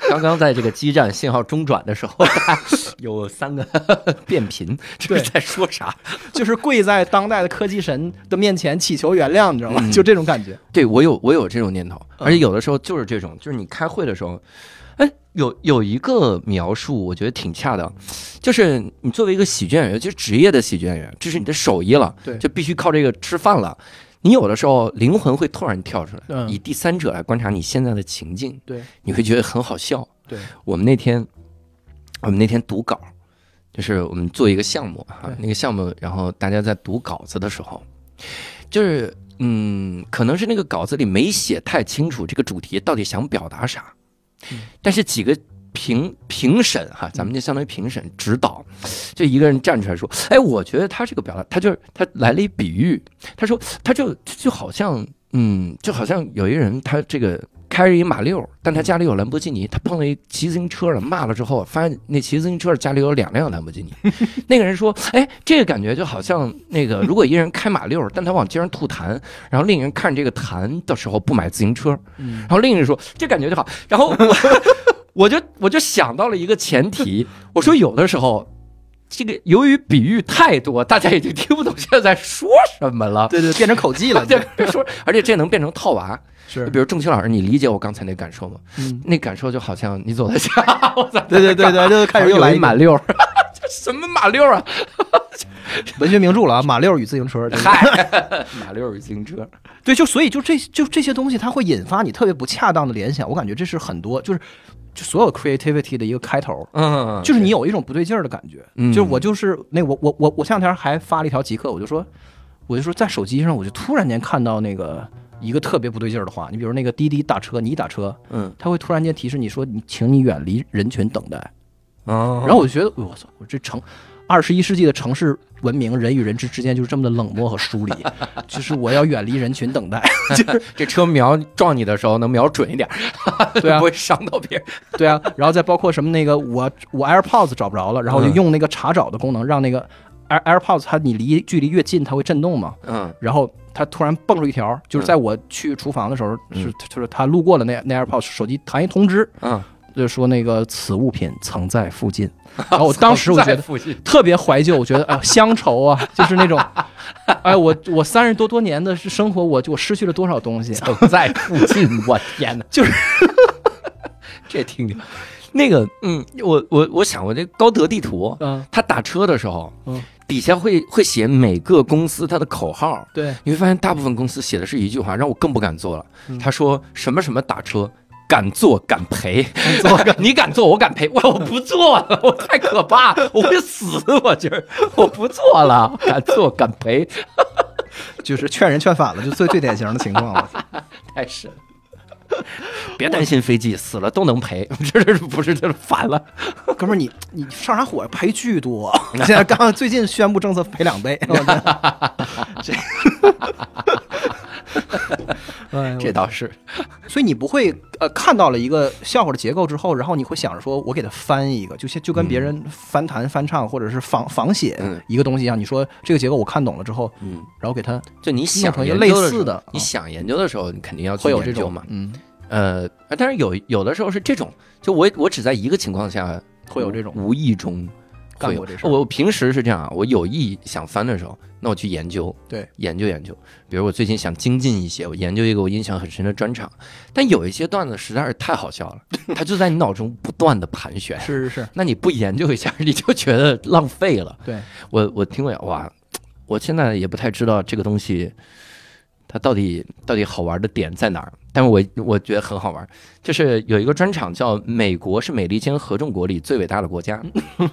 刚刚在这个基站信号中转的时候， 有三个 变频，这是对在说啥？ 就是跪在当代的科技神的面前祈求原谅，你知道吗？就这种感觉。嗯对我有我有这种念头，而且有的时候就是这种，就是你开会的时候，哎，哎，有有一个描述，我觉得挺恰当，就是你作为一个喜剧演员，就是职业的喜剧演员，这是你的手艺了，对就必须靠这个吃饭了。你有的时候灵魂会突然跳出来，嗯以第三者来观察你现在的情境，对，你会觉得很好笑。对，我们那天，我们那天读稿，就是我们做一个项目哈、对那个项目，然后大家在读稿子的时候，就是嗯，可能是那个稿子里没写太清楚这个主题到底想表达啥，嗯但是几个。评评审哈，咱们就相当于评审指导，就一个人站出来说：“哎，我觉得他这个表达，他就是他来了一比喻，他说他就就好像，嗯，就好像有一人他这个开着一马六，但他家里有兰博基尼，他碰到一骑自行车的，骂了之后，发现那骑自行车家里有两辆兰博基尼。那个人说：“哎，这个感觉就好像那个，如果一个人开马六，但他往街上吐痰，然后另一个人看这个痰的时候不买自行车，嗯然后另一个人说这感觉就好。”然后我我 就我就想到了一个前提，我说有的时候。这个由于比喻太多，大家已经听不懂现在在说什么了。。对对，变成口 技 了对，别说，而且这能变成套娃。是比如仲秋老师，你理解我刚才那感受吗？嗯，那感受就好像你走在家，我操，对对对对，就开始又有来一马六， 这什么马六啊？文学名著了啊，《马六与自行 车》这个。嗨，马六与自行车，对，就所以就这就这些东西，它会引发你特别不恰当的联想。我感觉这是很多就是就所有 creativity 的一个开头，嗯，就是你有一种不对劲儿的感觉。嗯就是我就是那我我我我前两天还发了一条极客，我就说我就说在手机上我就突然间看到那个一个特别不对劲儿的话，你比如那个滴滴打车，你一打车，嗯，它会突然间提示你说你请你远离人群等待。哦，然后我就觉得，哎呦我操，我这城，二十一世纪的城市文明，人与人之之间就是这么的冷漠和疏 离，就是我要远离人群等待。这车瞄撞你的时候能瞄准一点，对 啊不，会伤到别人。 对啊，然后再包括什么那个我我 AirPods 找不着了，然后我就用那个查找的功能，让那个 Air AirPods 它你离距离越近它会震动嘛，嗯然后它突然蹦出一条，就是在我去厨房的时候，嗯是就是它路过了那那 AirPods 手机弹一通知，嗯，就说那个此物品曾在附 近，然后我当时我觉得附近，特别怀旧，我觉得啊、乡愁啊，就是那种，哎，我我三十多多年的生活，我我失去了多少东西？都在附近，我天哪，就是这听听。那个，嗯，我我我想过这高德地图，嗯，他打车的时候，嗯底下会会写每个公司它的口号，对，你会发现大部分公司写的是一句话，让我更不敢做了。嗯他说什么什么打车。敢做敢赔， 做你敢做我敢赔，我我不做了，我太可怕，我会死，我觉得我不做了，敢做敢赔，就是劝人劝反了，就最最典型的情况了。太神了。别担心，飞机死了都能赔， 这是不是这是反了？哥们儿，你你上啥火呀？赔巨多， 现在刚最近宣布政策赔两 倍，我觉得这， 哎这倒是，所以你不会呃看到了一个笑话的结构之后，然后你会想着说，我给它翻一个，就像就跟别人翻弹、翻唱或者是仿仿写嗯一个东西一样。你说这个结构我看懂了之后，嗯，然后给它就你想弄成一个研究类时似候的你啊想研究的时候，你肯定要去会有研这究种嘛。嗯，呃，但是有有的时候是这种，就我我只在一个情况下会有这种无意中干会有过哦这事儿我平时是这样啊，我有意想翻的时候，那我去研究，对，研究研究。比如我最近想精进一些，我研究一个我印象很深的专场，但有一些段子实在是太好笑了，它就在你脑中不断的盘旋。是是是，那你不研究一下，你就觉得浪费了。 对我我听过哇，我现在也不太知道这个东西它到底到底好玩的点在哪儿，但我我觉得很好玩，就是有一个专场叫《美国是美利坚合众国里最伟大的国家》，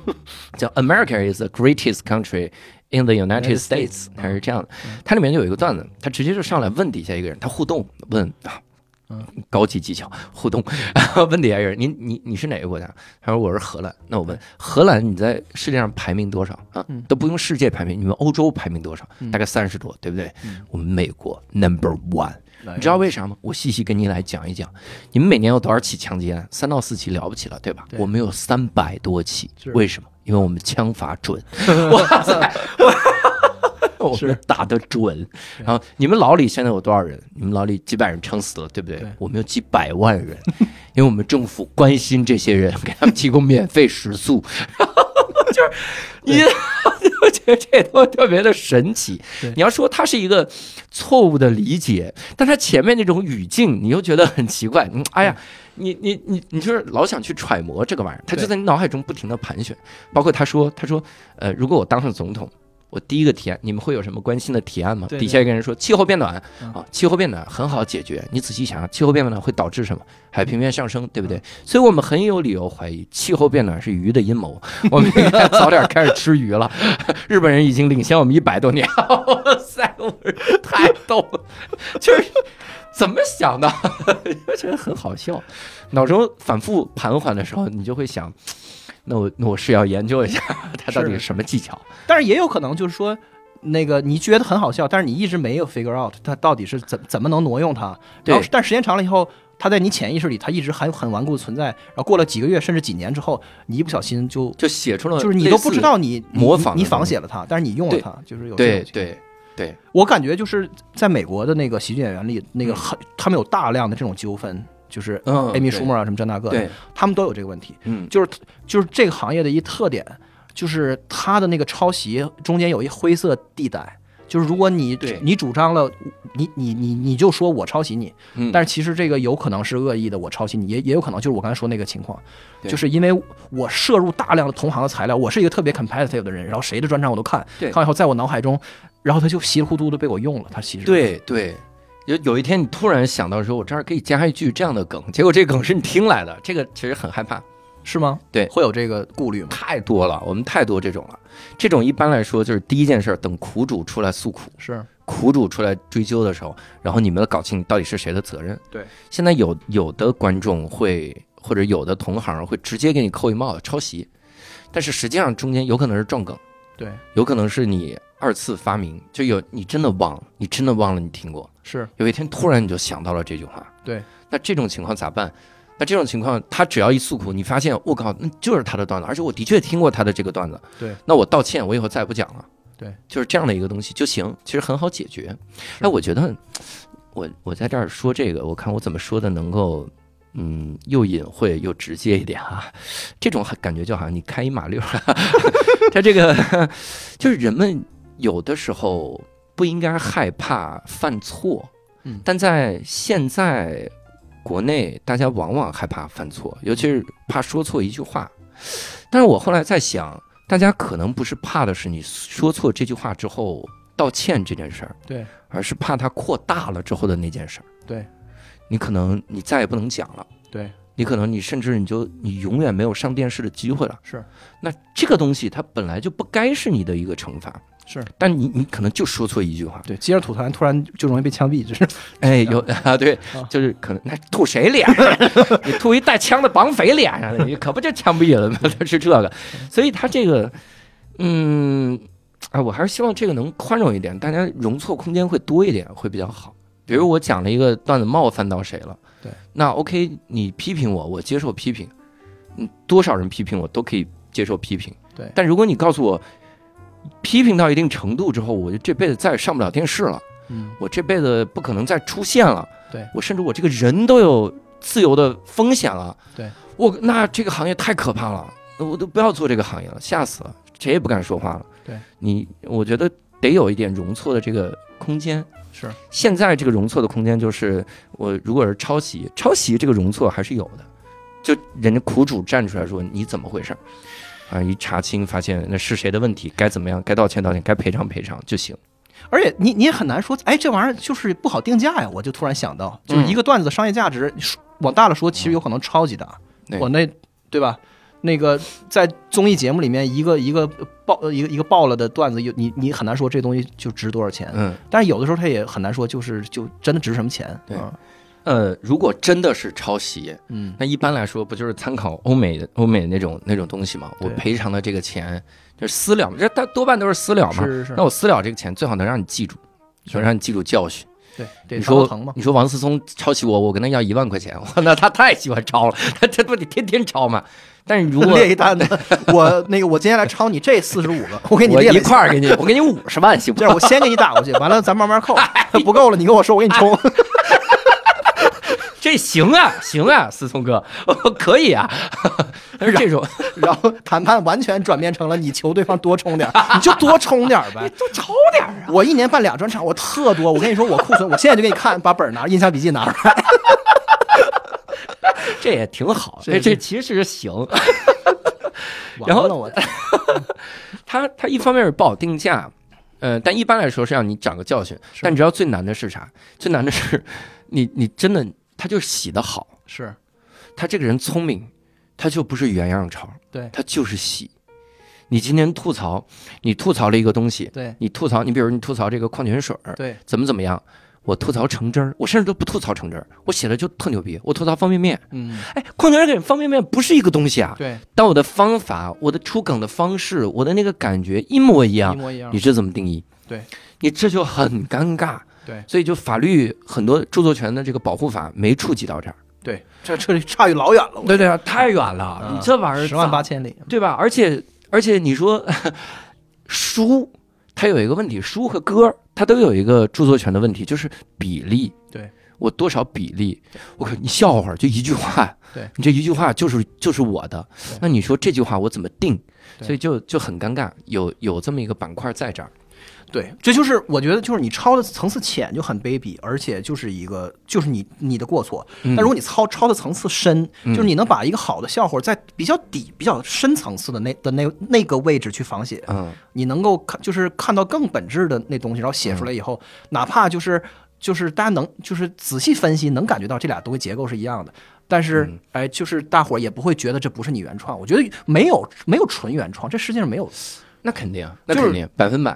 叫 America is the greatest country。In the United United States， States，嗯还是这样的。它里面就有一个段子，他直接就上来问底下一个人，他互动问啊嗯，高级技巧互动， 问底下一个人，你你你是哪个国家？他说我是荷兰。那我问荷兰你在世界上排名多少啊嗯？都不用世界排名，你们欧洲排名多少？嗯大概三十多，对不对嗯？我们美国 number one，你你知道为啥吗？我细细跟你来讲一讲，你们每年有多少起枪击案？三到四起了不起了，对吧？对我们有三百多起是，为什么？因为我们枪法 准，哇塞， 我我是们打得准。然后你们老李现在有多少人？你们老李几百人撑死了，对不对？对我们有几百万人，因为我们政府关心这些人，给他们提供免费食宿。 就是你， 我觉得这都特别的神奇对。你要说它是一个错误的理解，但它前面那种语境，你又觉得很奇怪。嗯，哎呀，你你你你就是老想去揣摩这个玩意儿，它就在你脑海中不停的盘旋。包括他说，他说，呃，如果我当上总统。我第一个提案，你们会有什么关心的提案吗？对对底下一个人说气候变暖嗯啊，气候变暖很好解决。你仔细想，气候变暖会导致什么？海平面上升，嗯对不对？所以我们很有理由怀疑气候变暖是鱼的阴谋。 我们应该早点开始吃鱼了。 日本人已经领先我们一百多年。哇塞，我太逗了，就是怎么想的？我觉得很好笑。脑中反复盘桓的时候，你就会想，那我那我是要研究一下它到底是什么技巧。但是也有可能就是说，那个你觉得很好笑，但是你一直没有 figure out 它到底是怎怎么能挪用它。对然后但时间长了以后，它在你潜意识里，它一直还很顽固地存在。然后过了几个月甚至几年之后，你一不小心就就写出了就是你都不知道你你模仿的你东仿西写了它，但是你用了对它，就是有这种类情似况对对我感觉就是在美国的那个喜剧演员里，那个很他们有大量的这种纠纷，就是嗯艾米对舒默啊什么这那个的，对，他们都有这个问题。嗯，就是就是这个行业的一特点，就是它的那个抄袭中间有一灰色地带，就是如果你对你主张了，你你你你就说我抄袭你，嗯但是其实这个有可能是恶意的，我抄袭你，也也有可能就是我刚才说那个情况，对就是因为我摄入大量的同行的材料，我是一个特别 competitive 的人，然后谁的专场我都看，对看完以后在我脑海中，然后他就稀里糊涂的被我用了，他其实对对，有有一天你突然想到说，我这儿可以加一句这样的梗， 结果这梗是你听来的，这个其实很害怕，是吗？对会有这个顾虑吗？太多了，我们太多这种了。这种一般来说就是第一件事儿，等苦主出来诉苦，是苦主出来追究的时候，然后你们搞清到底是谁的责任。对，现在有有的观众会或者有的同行会直接给你扣一帽子抄袭，但是实际上中间有可能是撞梗。对有可能是你二次发明，就有你真的忘了，你真的忘了你听过，是有一天突然你就想到了这句话。对，那这种情况咋办？那这种情况，他只要一诉苦，你发现我靠，那就是他的段子，而且我的确听过他的这个段子。对，那我道歉，我以后再也不讲了。对，就是这样的一个东西就行，其实很好解决。哎，我觉得我我在这儿说这个，我看我怎么说的能够。嗯，又隐晦又直接一点啊， 这种感觉就好像你开一马六，啊 他这个 就是人们有的时候不应该害怕犯错，嗯但在现在国内，大家往往害怕犯错，尤其是怕说错一句话。但是我后来在想，大家可能不是怕的是你说错这句话之后道歉这件事儿，对，而是怕它扩大了之后的那件事儿。对，你可能你再也不能讲了。对，你可能你甚至你就你永远没有上电视的机会了。是，那这个东西它本来就不该是你的一个惩罚，是但你你可能就说错一句话，对，接着吐痰突然就容易被枪毙，这是 哎，有啊，对，哦就是可能那吐谁脸上？ 你吐一带枪的绑匪脸上了，你可不就枪毙了吗？嗯他 是这个，所以他这个，嗯，啊，我还是希望这个能宽容一点，大家容错空间会多一点，会比较好。比如我讲了一个段子冒犯到谁了，对，那 OK，你批评我，我接受批评，嗯，多少人批评我都可以接受批评，对但如果你告诉我，批评到一定程度之后，我就这辈子再也上不了电视了。嗯我这辈子不可能再出现了，对我甚至我这个人都有自由的风险了，对我那这个行业太可怕了，我都不要做这个行业了，吓死了，谁也不敢说话了。对你，我觉得得有一点容错的这个空间。是现在这个容错的空间就是，我如果是抄袭，抄袭这个容错还是有的，就人家苦主站出来说你怎么回事儿。啊！一查清发现那是谁的问题，该怎么样，该道歉道歉，该赔偿赔偿就行。而且你你也很难说，哎，这玩意儿就是不好定价呀。我就突然想到，嗯就是一个段子的商业价值，说往大了说，其实有可能超级大。对我那对吧？那个在综艺节目里面，一个一个爆呃一个一个爆了的段子，有你你很难说这东西就值多少钱。嗯，但是有的时候它也很难说，就是就真的值什么钱。对啊呃，如果真的是抄袭，嗯，那一般来说，不就是参考欧美的欧美那种那种东西吗？我对赔偿的这个钱就是私了，这它多半都是私了嘛。是是那我私了这个钱，嗯最好能让你记住，能让你记住教训。对，得你头说疼嘛。你说王思聪抄袭我，我跟他要一万块钱， 我那他太喜欢抄了，他这不得天天抄吗？但是如 果列一单子， 我那个我接下来抄你这四十五个，我给你我列一了块儿给你，我给你五十万行不这样我 哎先给你打过去，完了咱慢慢扣，不够了你跟我说，我给你充。这行啊，行啊，思聪哥， 可以啊。 但是这种 然后谈判完全转变成了你求对方多充点儿， 你就多充点儿啊呗。都抽点儿我一年办俩专场，我特多。我跟你说，我库存，我现在就给你看，把本儿拿，印象笔记 拿出来。啊，这也挺好。是这这是其实行。完然后了我它它一方面是不好定价，呃，但一般来说是让你长个教训。是但你知道最难的是啥？最难的是你你真的他就是洗的好， 是他这个人聪明，他就不是原样抄，对他就是洗。你今天吐槽，你吐槽了一个东西，对你吐槽，你比如你吐槽这个矿泉水儿对怎么怎么样，我吐槽橙汁儿，我甚至都不吐槽橙汁儿，我写的就特牛逼，我吐槽方便面，嗯哎，矿泉水跟方便面不是一个东西啊，对但我的方法、我的出梗的方式、我的那个感觉一模一样一，模一样你。这怎么定义？对，你这就很尴尬。对所以就法律很多著作权的这个保护法没触及到这儿。对，这这里差距老远了，对对啊，太远了，嗯你这玩意儿十万咋八，千里。对吧？而且而且你说 书，它有一个问题，书和歌它都有一个著作权的问题，就是比例。对。我多少比例？我靠，你笑话就一句话，对你这一句话就是就是我的对，那你说这句话我怎么定？对所以就就很尴尬，有有这么一个板块在这儿，对，这就是我觉得就是你抄的层次浅就很卑鄙，而且就是一个就是你你的过错。嗯但如果你抄抄的层次深，嗯就是你能把一个好的笑话在比较底、比较深层次的那的那那个位置去仿写，嗯，你能够看就是看到更本质的那东西，然后写出来以后，哪怕就是就是大家能就是仔细分析，能感觉到这俩东西结构是一样的。但是嗯，哎，就是大伙儿也不会觉得这不是你原创。我觉得没有没有纯原创，这世界上没有那肯定，啊那就是肯定百分百，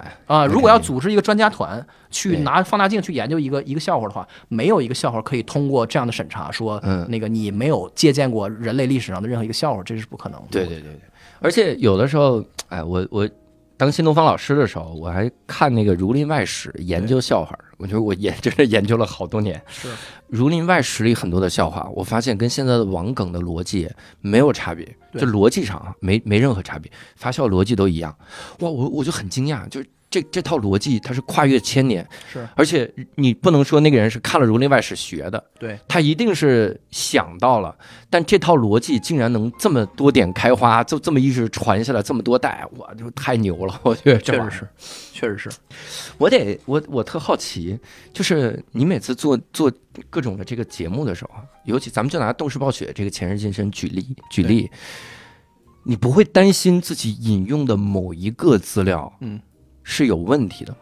那啊，如果要肯定组织一个专家团去对拿放大镜去研究一个一个笑话的话，没有一个笑话可以通过这样的审查说，嗯那个你没有借鉴过人类历史上的任何一个笑话，这是不可能的。对对对对，而且有的时候，哎，我我当新东方老师的时候，我还看那个《儒林外史》研究笑话，我觉得我研 真的研究了好多年。是《儒林外史》里很多的笑话，我发现跟现在的网梗的逻辑没有差别，对就逻辑上啊没没任何差别，发酵逻辑都一样。哇，我我就很惊讶，就是。这这套逻辑它是跨越千年，是而且你不能说那个人是看了《儒林外史》学的，对，他一定是想到了，但这套逻辑竟然能这么多点开花，就这么一直传下来这么多代，我就太牛了！我觉得这玩意儿，是，确实是。我得我我特好奇，就是你每次做做各种的这个节目的时候啊，尤其咱们就拿《动视暴雪》这个前世今生举例举例，你不会担心自己引用的某一个资料，嗯，是有问题的吗？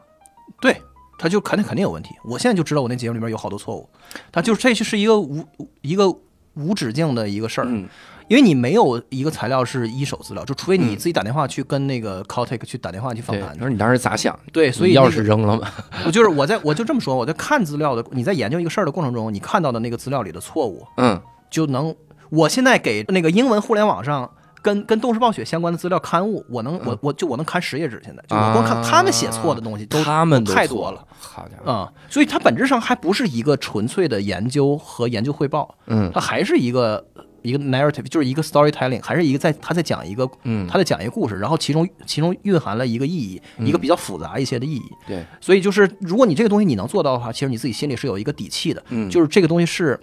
对，他就肯定肯定有问题。我现在就知道我那节目里面有好多错误，他就是这就是一个无一个无止境的一个事儿，嗯因为你没有一个材料是一手资料，就除非你嗯自己打电话去跟那个 c o t e c 去打电话去访对，谈你。说你当时咋想？对，哎所以你钥那个匙扔了吗？我就是我在我就这么说，我在看资料的，你在研究一个事儿的过程中，你看到的那个资料里的错误， 嗯就能，我现在给那个英文互联网上。跟跟动视暴雪相关的资料刊物，我能我我就我能看十页纸，现在就我光看嗯啊他们写错的东西都他们都都太错多了，好家伙，啊、所以它本质上还不是一个纯粹的研究和研究汇报，嗯它还是一个一个 narrative，就是一个 storytelling，还是一个在他在讲一个嗯，他在讲一个故事，然后其中其中蕴含了一个意义，一个比较复杂一些的意义，嗯对，所以就是，如果你这个东西你能做到的话，其实你自己心里是有一个底气的，嗯就是这个东西是，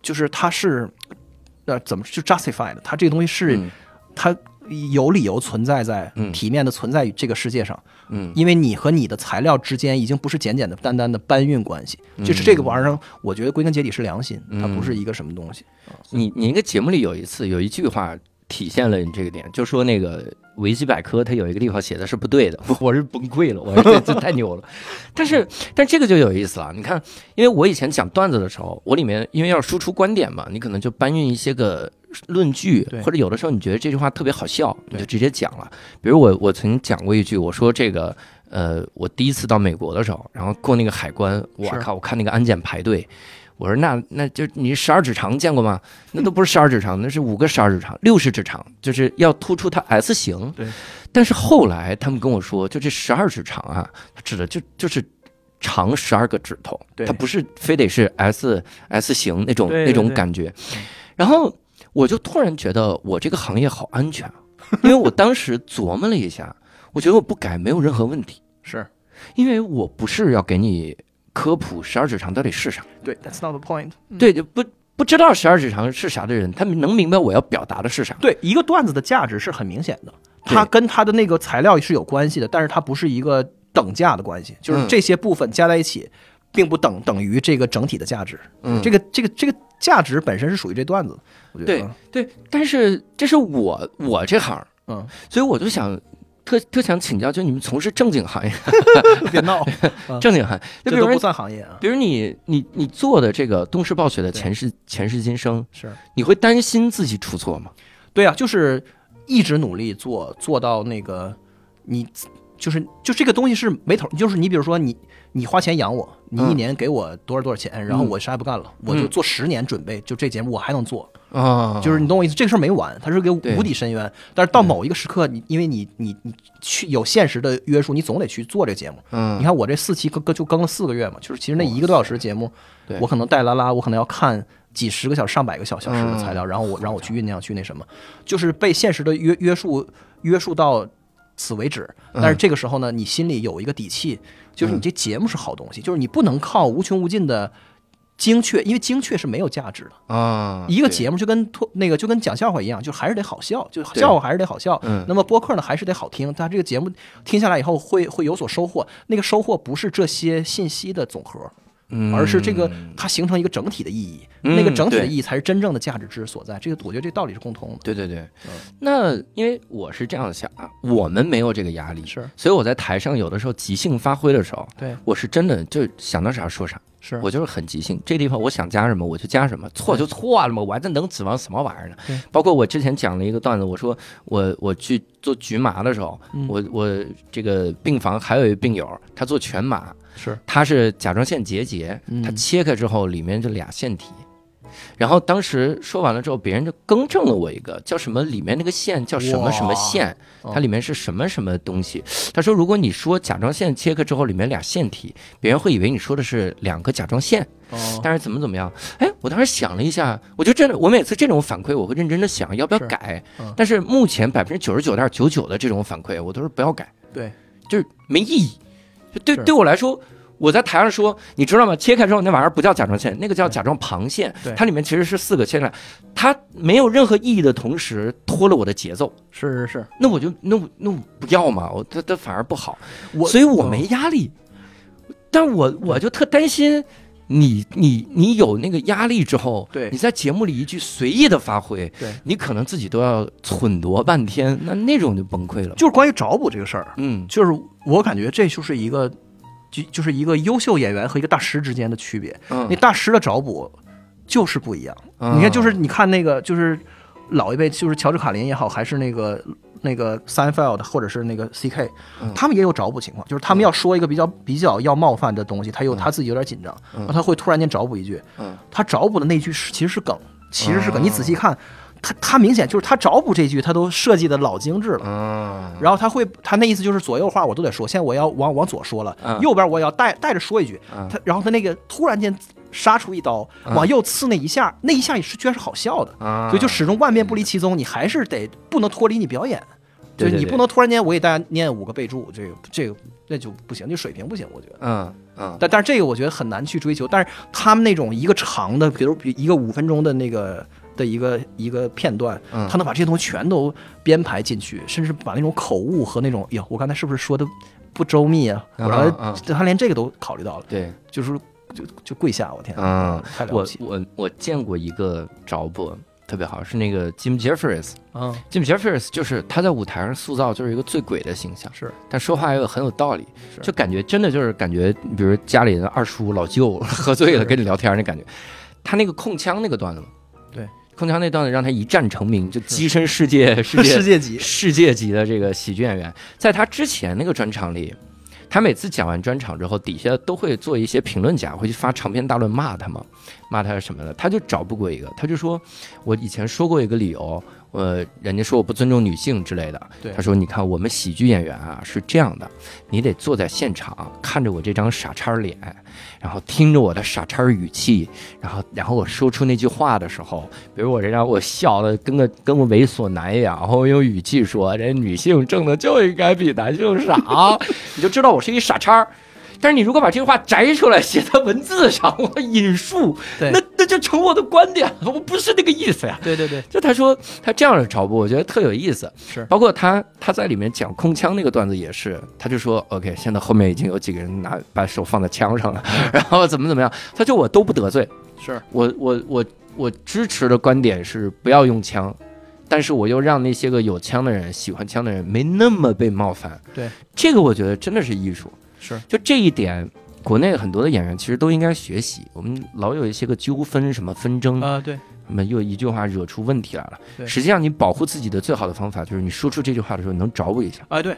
就是它是，呃，怎么就 justify 的？它这个东西是、嗯它有理由存在在嗯体面的存在于这个世界上，嗯因为你和你的材料之间已经不是简简单单的搬运关系，就是这个玩意儿，我觉得归根结底是良心，它不是一个什么东西。你你那个节目里有一次有一句话体现了你这个点，就说那个维基百科它有一个地方写的是不对的， 我我是崩溃了，我说这这太牛了。但嗯是但这个就有意思了，你看，因为我以前讲段子的时候，我里面因为要输出观点嘛，你可能就搬运一些个。论据对，或者有的时候你觉得这句话特别好笑，你对就直接讲了。比如我我曾经讲过一句，我说这个，呃，我第一次到美国的时候，然后过那个海关，我是靠，我看那个安检排队，我说那那就你十二指肠见过吗？那都不是十二指肠，那是五个十二指肠，六十指肠，就是要突出它 S 型。对。但是后来他们跟我说，就这十二指肠啊，它指的就就是长十二个指头，对它不是非得是 S S 型那种对对那种对感觉。然后我就突然觉得我这个行业好安全啊，因为我当时琢磨了一下，我觉得我不改没有任何问题。是因为我不是要给你科普十二指肠到底是啥。对，That's not the point。对，就不不知道十二指肠是啥的人，他们能明白我要表达的是啥。对，一个段子的价值是很明显的，对它跟它的那个材料是有关系的，但是它不是一个等价的关系，就是嗯这些部分加在一起，并不等等于这个整体的价值。嗯这个这个这个价值本身是属于这段子的，我觉得。对对，但是这是我我这行，嗯，所以我就想特特想请教，就你们从事正经 行业，别 闹，正经行业，就这比都如不说，算行业啊。比如你你你做的这个东施暴雪的对前世前世今生，是你会担心自己出错吗？对啊，就是一直努力做，做到那个你就是就这个东西是没头，就是你比如说你你花钱养我，你一嗯年给我多少多少钱，然后我啥也不干了，我就嗯做十年准备，就这节目我还能做，啊就是你懂我意思，这个事儿没完，它是个对无底深渊。但是到某一个时刻，你因为你你你去有现实的约束，你总得去做这个节目。你嗯，看我这四期更更就更了四个月嘛，就是其实那一个多小时的节目对，我可能带拉拉，我可能要看几十个小时、上百个小小时的材料，然后我让我去酝酿去那什么，就是被现实的约约束约束到此为止。但是这个时候呢，你心里有一个底气，就是你这节目是好东西，就是你不能靠无穷无尽的精确，因为精确是没有价值的。啊一个对节目就跟脱那个就跟讲笑话一样，就还是得好笑，就对笑话还是得好笑。嗯那么播客呢还是得好听，但这个节目听下来以后会会有所收获，那个收获不是这些信息的总和，嗯而是这个它形成一个整体的意义，嗯那个整体的对意义才是真正的价值之所在。这个我觉得这道理是共通的。对对对，那因为我是这样想啊，我们没有这个压力，是所以我在台上有的时候即兴发挥的时候，对，我是真的就想到啥说啥，是我就是很即兴，这地方我想加什么我就加什么，错就错了嘛，我还在能指望什么玩意儿呢对？包括我之前讲了一个段子，我说我我去做局麻的时候，嗯我我这个病房还有一病友，他做全麻，是他是甲状腺结节，嗯他切开之后里面就俩腺体。然后当时说完了之后，别人就更正了我一个，叫什么里面那个腺叫什么哇什么腺，哦它里面是什么什么东西。他说，如果你说甲状腺切开之后里面俩腺体，别人会以为你说的是两个甲状腺，哦，但是怎么怎么样？哎，我当时想了一下，我就真的，我每次这种反馈，我会认真的想要不要是改。嗯但是目前百分之九十九点九九的这种反馈，我都是不要改。对，就是没意义。就对是对我来说，我在台上说，你知道吗？切开之后那玩意儿不叫甲状腺，那个叫甲状旁腺对，它里面其实是四个腺的，它没有任何意义的同时拖了我的节奏，是是是，那我就那我那我不要嘛，我它它反而不好，我所以我嗯没压力，但我我就特担心。你你你有那个压力之后，对你在节目里一句随意的发挥，对你可能自己都要忖度半天，那那种就崩溃了。就是关于找补这个事儿，嗯，就是我感觉这就是一个就就是一个优秀演员和一个大师之间的区别。嗯那大师的找补就是不一样。你看，就是你看那个，就是老一辈，就是乔治卡林也好，还是那个那个 Seinfeld 或者是那个 CK，嗯他们也有找补情况，就是他们要说一个比较比较要冒犯的东西，他又他自己有点紧张，嗯然后他会突然间找补一句，嗯他找补的那句是其实是梗，其实是梗，哦你仔细看。他他明显就是他找补这句，他都设计的老精致了。嗯然后他会，他那意思就是左右话我都得说，现在我要往往左说了，嗯右边我也要带带着说一句。嗯他然后他那个突然间杀出一刀，嗯往右刺那一下，那一下也是居然是好笑的，啊，所以就始终万变不离其宗，你还是得不能脱离你表演，就对是对你对不能突然间我给大家念五个备注，这个这个那就不行，这水平不行，我觉得。嗯嗯，但但是这个我觉得很难去追求，但是他们那种一个长的，比如比一个五分钟的那个的一个一个片段，嗯他能把这些东西全都编排进去，甚至把那种口误和那种哟，我刚才是不是说的不周密啊？我嗯刚才、嗯他连这个都考虑到了，对，就是就就跪下，我天，嗯，太了不我起，我我见过一个找补特别好，是那个 Jim Jeffries。嗯， Jim Jeffries 就是他在舞台上塑造就是一个最鬼的形象，是但说话又很有道理，是就感觉真的就是感觉，比如家里的二叔、老舅 喝醉了是跟你聊天那感觉。他那个控枪那个段子嘛，对，控枪那段子让他一战成名，就跻身世界世界世界级，世界级的这个喜剧演员，在他之前那个专场里，他每次讲完专场之后，底下都会做一些评论家会去发长篇大论骂他嘛，骂他什么的，他就找不过一个，他就说我以前说过一个理由，呃，人家说我不尊重女性之类的对，他说你看我们喜剧演员啊是这样的，你得坐在现场看着我这张傻叉脸，然后听着我的傻叉语气，然后然后我说出那句话的时候，比如我这样我笑的跟个跟个猥琐男一样，然后我用语气说，人家女性挣的就应该比男性少，你就知道我是一傻叉儿。但是你如果把这句话摘出来写在文字上，我引述，对那那就成我的观点了，我不是那个意思呀。对对对，就他说他这样的找补，我觉得特有意思。是包括他他在里面讲空枪那个段子也是，他就说 OK，现在后面已经有几个人拿把手放在枪上了， 然后怎么怎么样，他就我都不得罪，是我我我我支持的观点是不要用枪，但是我又让那些个有枪的人、喜欢枪的人没那么被冒犯。对，这个我觉得真的是艺术，是就这一点。国内很多的演员其实都应该学习，我们老有一些个纠纷、什么纷争，啊，对，那么又一句话惹出问题来了。对实际上，你保护自己的最好的方法就是你说出这句话的时候，你能找补一下。哎，对，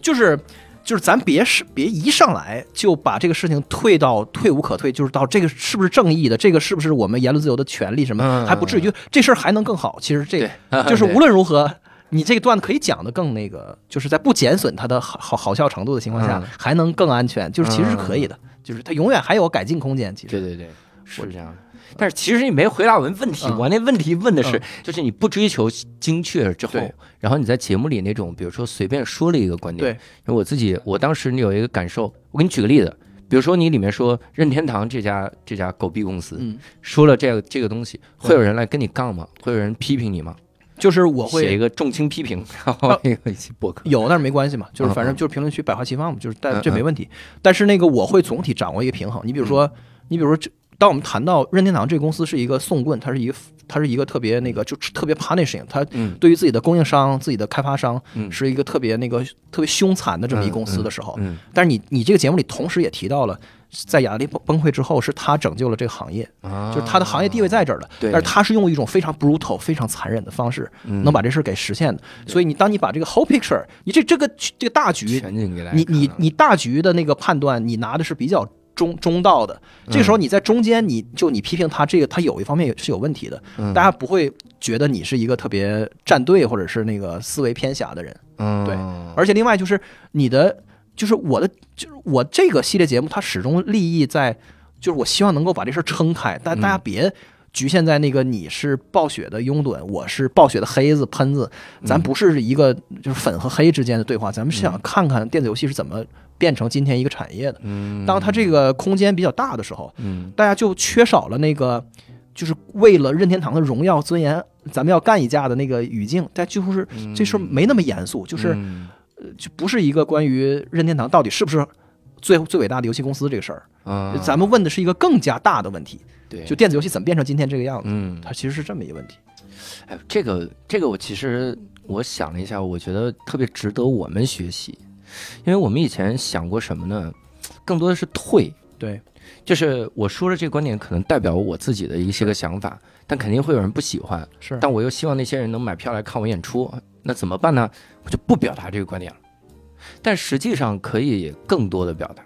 就是就是咱别是别一上来就把这个事情退到退无可退，就是到这个是不是正义的，这个是不是我们言论自由的权利什么，嗯还不至于这事儿还能更好。其实这个对 就是对无论如何。你这个段子可以讲的更那个，就是在不减损它的好好好笑程度的情况下，嗯还能更安全，就是其实是可以的，就是它永远还有改进空间。其实对嗯对对，是这样的。但是其实你没回答我的问题，嗯我那问题问的是嗯，就是你不追求精确之后对，然后你在节目里那种，比如说随便说了一个观点，对因为我自己我当时有一个感受，我给你举个例子，比如说你里面说任天堂这家这家狗屁公司、嗯，说了这个这个东西，会有人来跟你杠吗？会有人批评你吗？就是我会哦写一个重轻批评，然后那个一起博客。有，但是没关系嘛，就是嗯反嗯正就是评论区百花齐放嘛，就是嗯但嗯这没问题。但是那个我会总体掌握一个平衡。你比如说，你比如说这，当我们谈到任天堂这个公司是一个送棍，它是一个它是一个特别那个就是特别 punishing，它嗯对于自己的供应商、自己的开发商嗯是一个特别那个特别凶残的这么一嗯公司的时候，嗯，但是你你这个节目里同时也提到了，在雅力崩崩溃之后，是他拯救了这个行业，啊就是他的行业地位在这儿的，对但是他是用一种非常 brutal、非常残忍的方式，嗯能把这事儿给实现的。所以你当你把这个 whole picture，你这这个这个大局，全景给大家你看你了你大局的那个判断，你拿的是比较中中道的。嗯这个时候你在中间，你就你批评他这个，他有一方面是有问题的，嗯大家不会觉得你是一个特别站队或者是那个思维偏狭的人。嗯对而且另外就是你的，就是我的，就是我这个系列节目，它始终立意在，就是我希望能够把这事儿撑开，但大家别局限在那个你是暴雪的拥趸，我是暴雪的黑子喷子，咱不是一个就是粉和黑之间的对话，咱们是想看看电子游戏是怎么变成今天一个产业的。嗯当它这个空间比较大的时候，嗯大家就缺少了那个，就是为了任天堂的荣耀尊严，咱们要干一架的那个语境。但就是这事儿没那么严肃，就是、嗯就不是一个关于任天堂到底是不是最最伟大的游戏公司这个事儿。啊咱们问的是一个更加大的问题，对就电子游戏怎么变成今天这个样子？嗯它其实是这么一个问题。哎，这个这个我其实我想了一下，我觉得特别值得我们学习，因为我们以前想过什么呢？更多的是退，对，就是我说的这个观点可能代表我自己的一些个想法，但肯定会有人不喜欢，是但我又希望那些人能买票来看我演出，那怎么办呢？我就不表达这个观点了，但实际上可以更多的表达，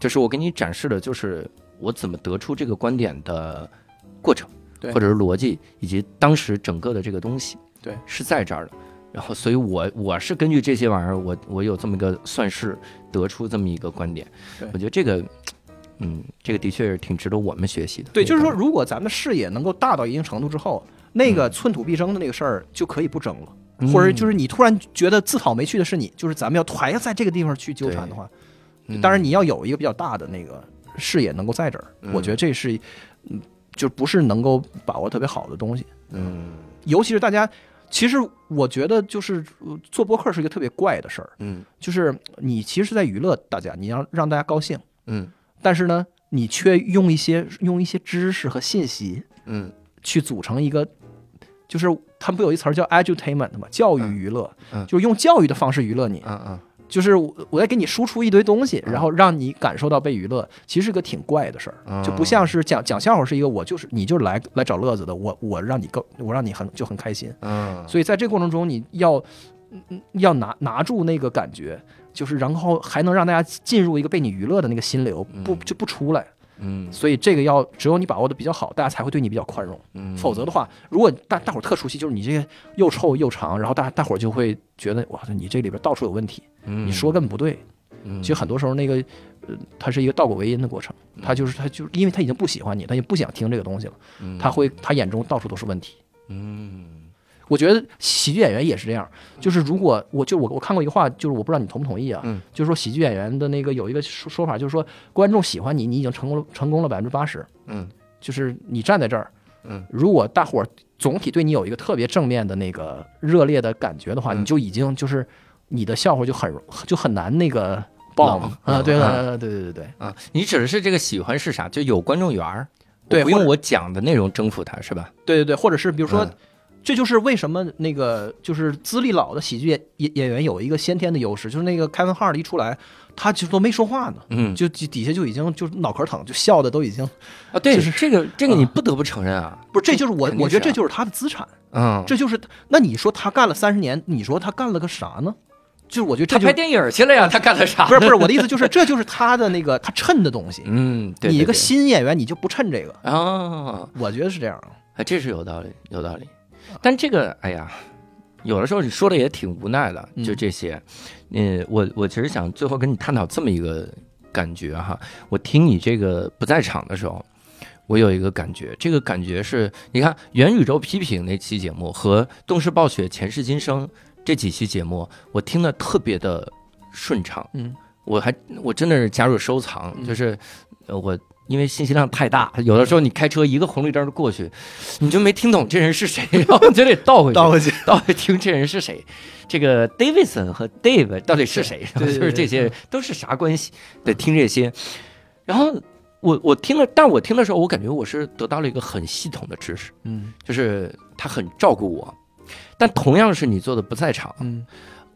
就是我给你展示的就是我怎么得出这个观点的过程，对或者是逻辑，以及当时整个的这个东西，对，是在这儿的。然后，所以我我是根据这些玩意儿，我我有这么一个算式，得出这么一个观点对。我觉得这个，嗯，这个的确是挺值得我们学习的。对，就是说，那个如果咱们的视野能够大到一定程度之后，那个寸土必争的那个事儿就可以不争了。嗯或者就是你突然觉得自讨没趣的是你，就是咱们要还要在这个地方去纠缠的话，嗯当然你要有一个比较大的那个视野能够在这儿，嗯我觉得这是，嗯，就不是能够把握特别好的东西，嗯尤其是大家，其实我觉得就是呃做播客是一个特别怪的事儿，嗯就是你其实是在娱乐大家，你要让大家高兴，嗯但是呢，你却用一些用一些知识和信息嗯去组成一个，就是他们不有一词儿叫 edutainment 吗？教育娱乐，嗯嗯就是用教育的方式娱乐你，啊啊，就是我我在给你输出一堆东西，嗯然后让你感受到被娱乐，其实是个挺怪的事儿，嗯就不像是讲讲笑话是一个我就是你就是来来找乐子的，我我让你更我让你很就很开心，嗯，所以在这个过程中你要嗯嗯要拿拿住那个感觉，就是然后还能让大家进入一个被你娱乐的那个心流，不嗯就不出来，嗯所以这个要只有你把握的比较好，大家才会对你比较宽容。嗯，否则的话，如果大大伙儿特熟悉，就是你这个又臭又长，然后大大伙儿就会觉得哇，你这里边到处有问题，嗯你说根本不对。嗯其实很多时候那个，呃，它是一个倒果为因的过程，他就是他就是因为他已经不喜欢你，他也不想听这个东西了，他会他眼中到处都是问题。嗯，我觉得喜剧演员也是这样，就是如果我就我我看过一个话，就是我不知道你同不同意啊，嗯就是说喜剧演员的那个有一个说说法，就是说观众喜欢你，你已经成功了成功了百分之八十，嗯，就是你站在这儿，嗯，如果大伙儿总体对你有一个特别正面的那个热烈的感觉的话，嗯你就已经就是你的笑话就很就很难那个爆冷嗯啊，对啊对对对对对。啊，你指的是这个喜欢是啥？就有观众缘儿，我对不或用者我讲的内容征服他是吧？对对对，或者是比如说，嗯这就是为什么那个就是资历老的喜剧演演演员有一个先天的优势，就是那个凯文哈尔一出来，他就都没说话呢，嗯，就就底下就已经就是脑壳疼，就笑的都已经啊，对，就是这个这个啊你不得不承认啊，不是，这就是我肯定我觉得是啊这就是他的资产，嗯，这就是那你说他干了三十年，你说他干了个啥呢？就是我觉得这他就拍电影去了呀，他干了啥？不是不是 我的意思就是这就是他的那个他趁的东西，嗯，对，你一对个对新演员你就不趁这个，啊，我觉得是这样。哎这是有道理，有道理。但这个，哎呀，有的时候你说的也挺无奈的，嗯就这些。嗯，我我其实想最后跟你探讨这么一个感觉哈，我听你这个不在场的时候。我有一个感觉，这个感觉是，你看元宇宙批评那期节目和《动视暴雪前世今生》这几期节目，我听的特别的顺畅，嗯，我还我真的是加入收藏，嗯就是呃我因为信息量太大，有的时候你开车一个红绿灯过去，你就没听懂这人是 谁，然后你就得倒回去，回去，倒回听这人是谁，这个 Davidson 和 Dave 到底是谁，对对对嗯就是这些都是啥关系，得听这些。然后我我听了，但我听的时候，我感觉我是得到了一个很系统的知识， 嗯就是他很照顾我。但同样是你做的不在场，嗯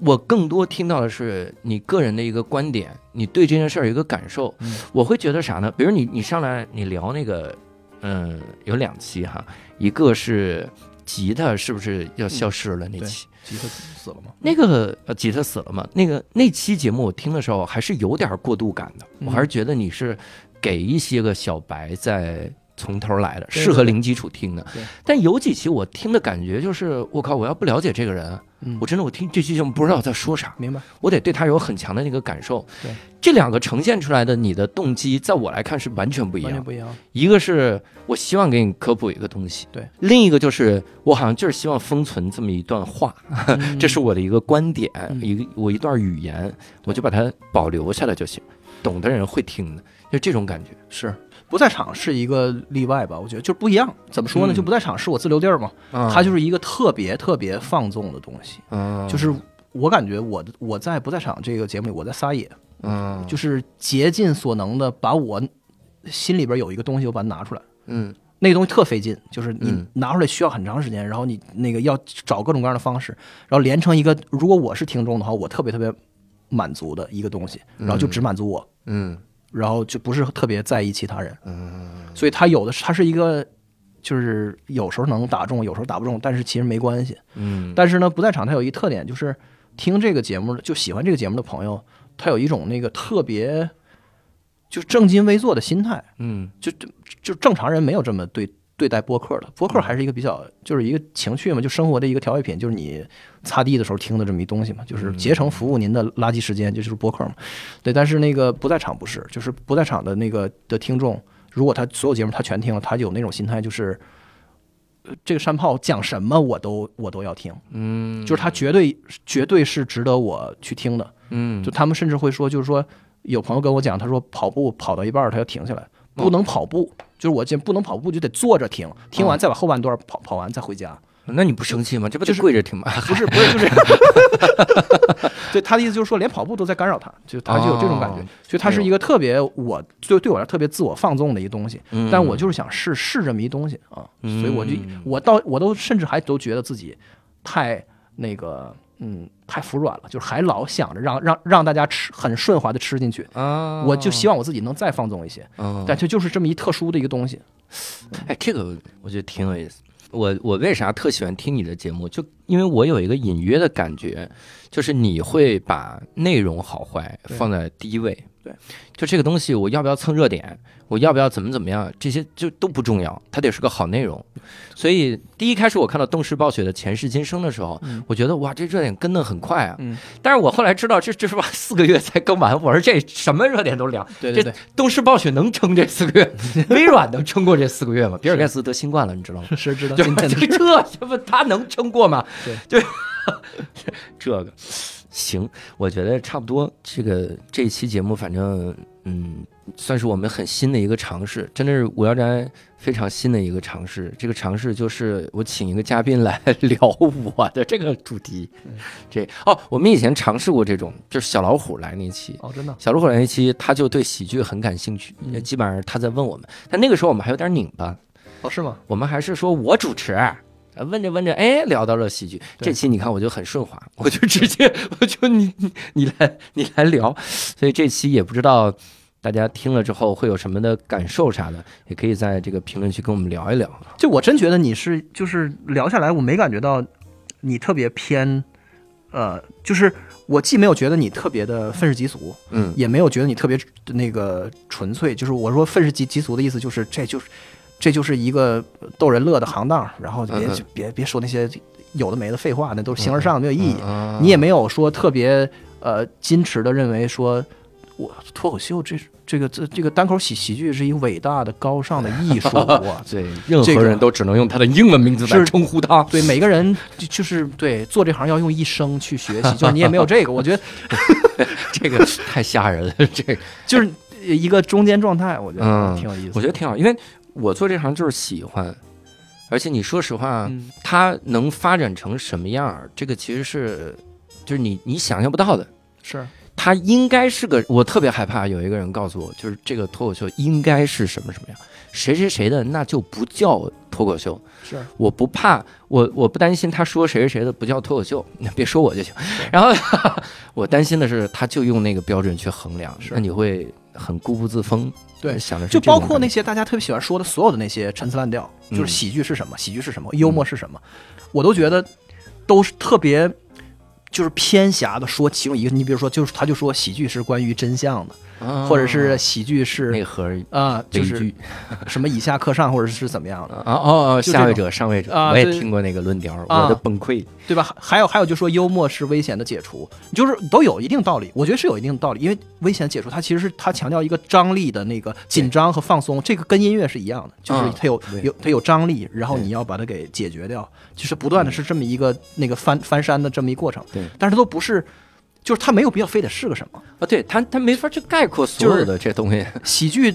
我更多听到的是你个人的一个观点，你对这件事儿有一个感受。嗯我会觉得啥呢？比如你你上来你聊那个，嗯，有两期哈，一个是吉他是不是要消失了那对期，吉他死了吗？那个呃吉他死了嘛？那个那期节目我听的时候还是有点过度感的，嗯我还是觉得你是给一些个小白在。从头来的，对适合零基础听的对。但有几期我听的感觉就是，我靠，我要不了解这个人，啊嗯我真的我听这期节目不知道在说啥。明白。我得对他有很强的那个感受。对，这两个呈现出来的你的动机，在我来看是完全不一完全样。不一样。啊一个是我希望给你科普一个东西，对；另一个就是我好像就是希望封存这么一段话， 这是我的一个观点，嗯一个我一段语言，我就把它保留下来就行。懂的人会听的，就这种感觉。是不在场是一个例外吧？我觉得就不一样。怎么说呢？嗯就不在场是我自留地儿嘛，啊它就是一个特别特别放纵的东西。嗯，就是我感觉我我在不在场这个节目里，我在撒野，嗯，就是竭尽所能的把我心里边有一个东西，我把它拿出来。嗯那个东西特费劲，就是你嗯拿出来需要很长时间，然后你那个要找各种各样的方式，然后连成一个。如果我是听众的话，我特别特别满足的一个东西，然后就只满足我。嗯然后就不是特别在意其他人，嗯，所以他有的是他是一个，就是有时候能打中，有时候打不中，但是其实没关系。嗯但是呢，不在场他有一特点，就是听这个节目的就喜欢这个节目的朋友，他有一种那个特别就正襟危坐的心态，嗯就就就正常人没有这么对对待播客的，播客还是一个比较就是一个情趣嘛，就生活的一个调味品，就是你擦地的时候听的这么一东西嘛，就是竭诚服务您的垃圾时间，这就是播客嘛。对，但是那个不在场不是，就是不在场的那个的听众，如果他所有节目他全听了，他有那种心态就是。呃这个山炮讲什么我都我都要听，嗯，就是他绝对绝对是值得我去听的。嗯就他们甚至会说，就是说有朋友跟我讲，他说跑步跑到一半儿他要停下来，哦不能跑步，就是我这不能跑步就得坐着停，听哦完再把后半段跑跑完再回家，那你不生气吗？这不就得是跪着听吗？不是不是就是，对他的意思就是说连跑步都在干扰他，就他就有这种感觉哦，所以他是一个特别我对对我来说特别自我放纵的一个东西， 嗯但我就是想试试这么一东西啊，所以我就嗯我到我都甚至还都觉得自己太那个嗯太服软了，就是还老想着让让让大家吃很顺滑的吃进去，啊，我就希望我自己能再放纵一些，嗯但这就是这么一特殊的一个东西，哎，这个我觉得挺有意思。我我为啥特喜欢听你的节目？就因为我有一个隐约的感觉，就是你会把内容好坏对放在第一位。对，就这个东西，我要不要蹭热点，我要不要怎么怎么样，这些就都不重要，它得是个好内容。嗯所以第一开始我看到邓氏暴雪的前世今生的时候，嗯我觉得哇，这热点跟得很快啊。嗯但是我后来知道这这是吧，四个月才更完，我说这什么热点都聊，对对对，东视暴雪能撑这四个 月，微软能撑过这四个月吗？比尔盖茨得新冠了，你知道吗？是知道就 今天这这这不他能撑过吗？对，就 这个行，我觉得差不多。这个这一期节目，反正嗯，算是我们很新的一个尝试，真的是无聊斋非常新的一个尝试。这个尝试就是我请一个嘉宾来 聊我的这个主题。这哦，我们以前尝试过这种，就是小老虎来那期。哦，真的小老虎来那期，他就对喜剧很感兴趣，嗯也基本上他在问我们，但那个时候我们还有点拧巴，哦是吗？我们还是说我主持。呃问着问着，哎，聊到了喜剧。对这期你看，我就很顺滑， 我就直接，我就你你你来你来聊。所以这期也不知道大家听了之后会有什么的感受啥的，也可以在这个评论区跟我们聊一聊。就我真觉得你是就是聊下来，我没感觉到你特别偏，呃，就是我既没有觉得你特别的愤世嫉俗，嗯，也没有觉得你特别呃那个纯粹，就是我说愤世嫉嫉俗的意思，就是这就是这就是一个逗人乐的行当，然后别嗯嗯别别说那些有的没的废话，那都是形而上的，没有意义。嗯你也没有说特别呃矜持的认为说，我脱口秀这这个这这个单口喜喜剧是一个伟大的高尚的 艺术，我对任这何个人都只能用他的英文名字来是称呼 他。对每个人就就是对做这行要用一生去学习，就是你也没有这个，我觉得这个太吓人了，这个就是一个中间状态，我觉得嗯挺有意思的。我觉得挺好，因为我做这行就是喜欢，而且你说实话，嗯它能发展成什么样儿，这个其实是就是你你想象不到的。是它应该是个，我特别害怕有一个人告诉我，就是这个脱口秀应该是什么什么样，谁谁谁的那就不叫脱口秀。是，我不怕，我我不担心他说谁谁谁的不叫脱口秀，那别说我就行。然后 我担心的是，他就用那个标准去衡量，是那你会很固步自封。对想的是就这种包括感觉那些大家特别喜欢说的所有的那些陈词滥调，嗯就是喜剧是什么，喜剧是什么，幽默是什么，我都觉得都是特别就是偏狭的说其中一个。你比如说，就是他就说喜剧是关于真相的，啊或者是喜剧是内核啊、悲就是剧什么以下克上，或者是怎么样的，啊哦哦，就这下位种者上位者，啊我也对听过那个论调，啊我的崩溃。对吧？还有还有，就说幽默是危险的解除，就是都有一定道理，我觉得是有一定道理，因为危险解除它其实是它强调一个张力的那个紧张和放松，这个跟音乐是一样的，就是嗯它有、对有它有张力，然后对嗯你要把它给解决掉，就是不断的是这么一个、那个翻翻山的这么一过程，对但是它都不是。就是它没有必要非得是个 什么啊，对他，他没法去概括所有的这东西。喜剧，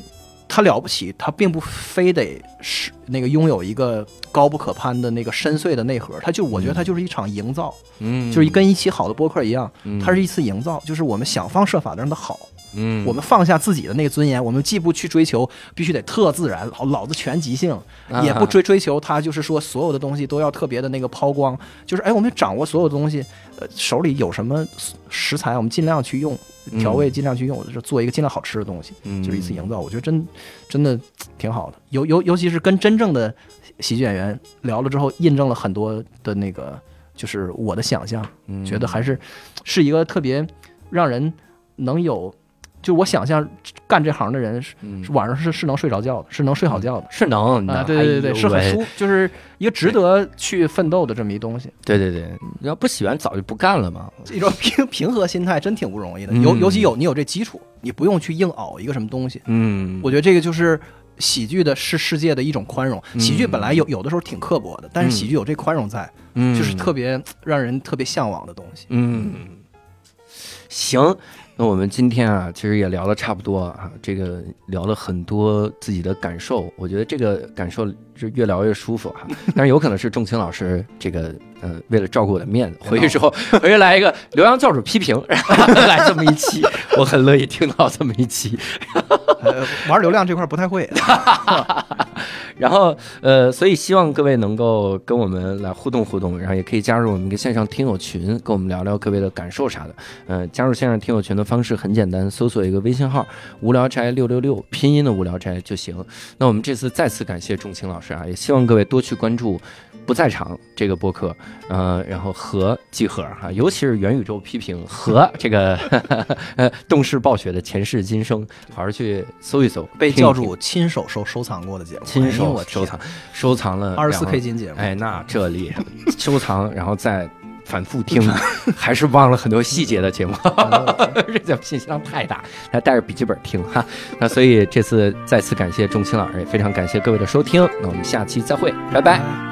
它了不起，它并不非得是那个拥有一个高不可攀的那个深邃的内核，它就我觉得它就是一场营造， 嗯就是跟一期好的播客一样，嗯它是一次营造，就是我们想方设法的让它好。嗯我们放下自己的那个尊严，我们既不去追求必须得特自然，老老子全即兴，啊也不追追求它，就是说所有的东西都要特别的那个抛光，就是哎，我们掌握所有东西，呃，手里有什么食材，我们尽量去用，调味尽量去用，就做一个尽量好吃的东西，嗯就是一次营造。我觉得真真的挺好的，尤尤尤其是跟真正的喜剧演员聊了之后，印证了很多的那个就是我的想象。嗯觉得还是是一个特别让人能有，就我想象干这行的人是嗯是晚上是是能睡着觉的，是能睡好觉的。是能啊，那对对对，哎呦是很喂舒，就是一个值得去奋斗的这么一东西。对对对，你要不喜欢早就不干了嘛。 这种平平和心态真挺不容易的，尤嗯尤其有你有这基础，你不用去硬熬一个什么东西。嗯，我觉得这个就是喜剧的是世界的一种宽容。喜剧嗯本来有有的时候挺刻薄的，但是喜剧有这宽容在，嗯就是特别让人特别向往的东西。嗯，行，那我们今天啊，其实也聊的差不多啊，这个聊了很多自己的感受，我觉得这个感受是越聊越舒服哈、但是有可能是仲青老师这个呃，为了照顾我的面子，回去之后回去来一个刘洋教主批评，然后来这么一期，我很乐意听到这么一期。呃，玩流量这块不太会，然后呃，所以希望各位能够跟我们来互动互动，然后也可以加入我们一个线上听友群，跟我们聊聊各位的感受啥的。呃，加入线上听友群的方式很简单，搜索一个微信号“无聊斋六六六”，拼音的“无聊斋”就行。那我们这次再次感谢钟情老师啊，也希望各位多去关注。不在场这个播客，呃，然后和集合哈、尤其是元宇宙批评和这个 呃动视暴雪的前世今生，好好去搜一搜，听被一听教主亲手收收藏过的节目，亲哎呦手我收藏，收藏了二十四然后 K 金节目，哎，那这里 收藏，然后再反复听，还是忘了很多细节的 节目，这叫信息量太大。还带着笔记本听哈，那所以这次再次感谢钟青老师，也非常感谢各位的收听，那我们下期再会，拜拜。拜。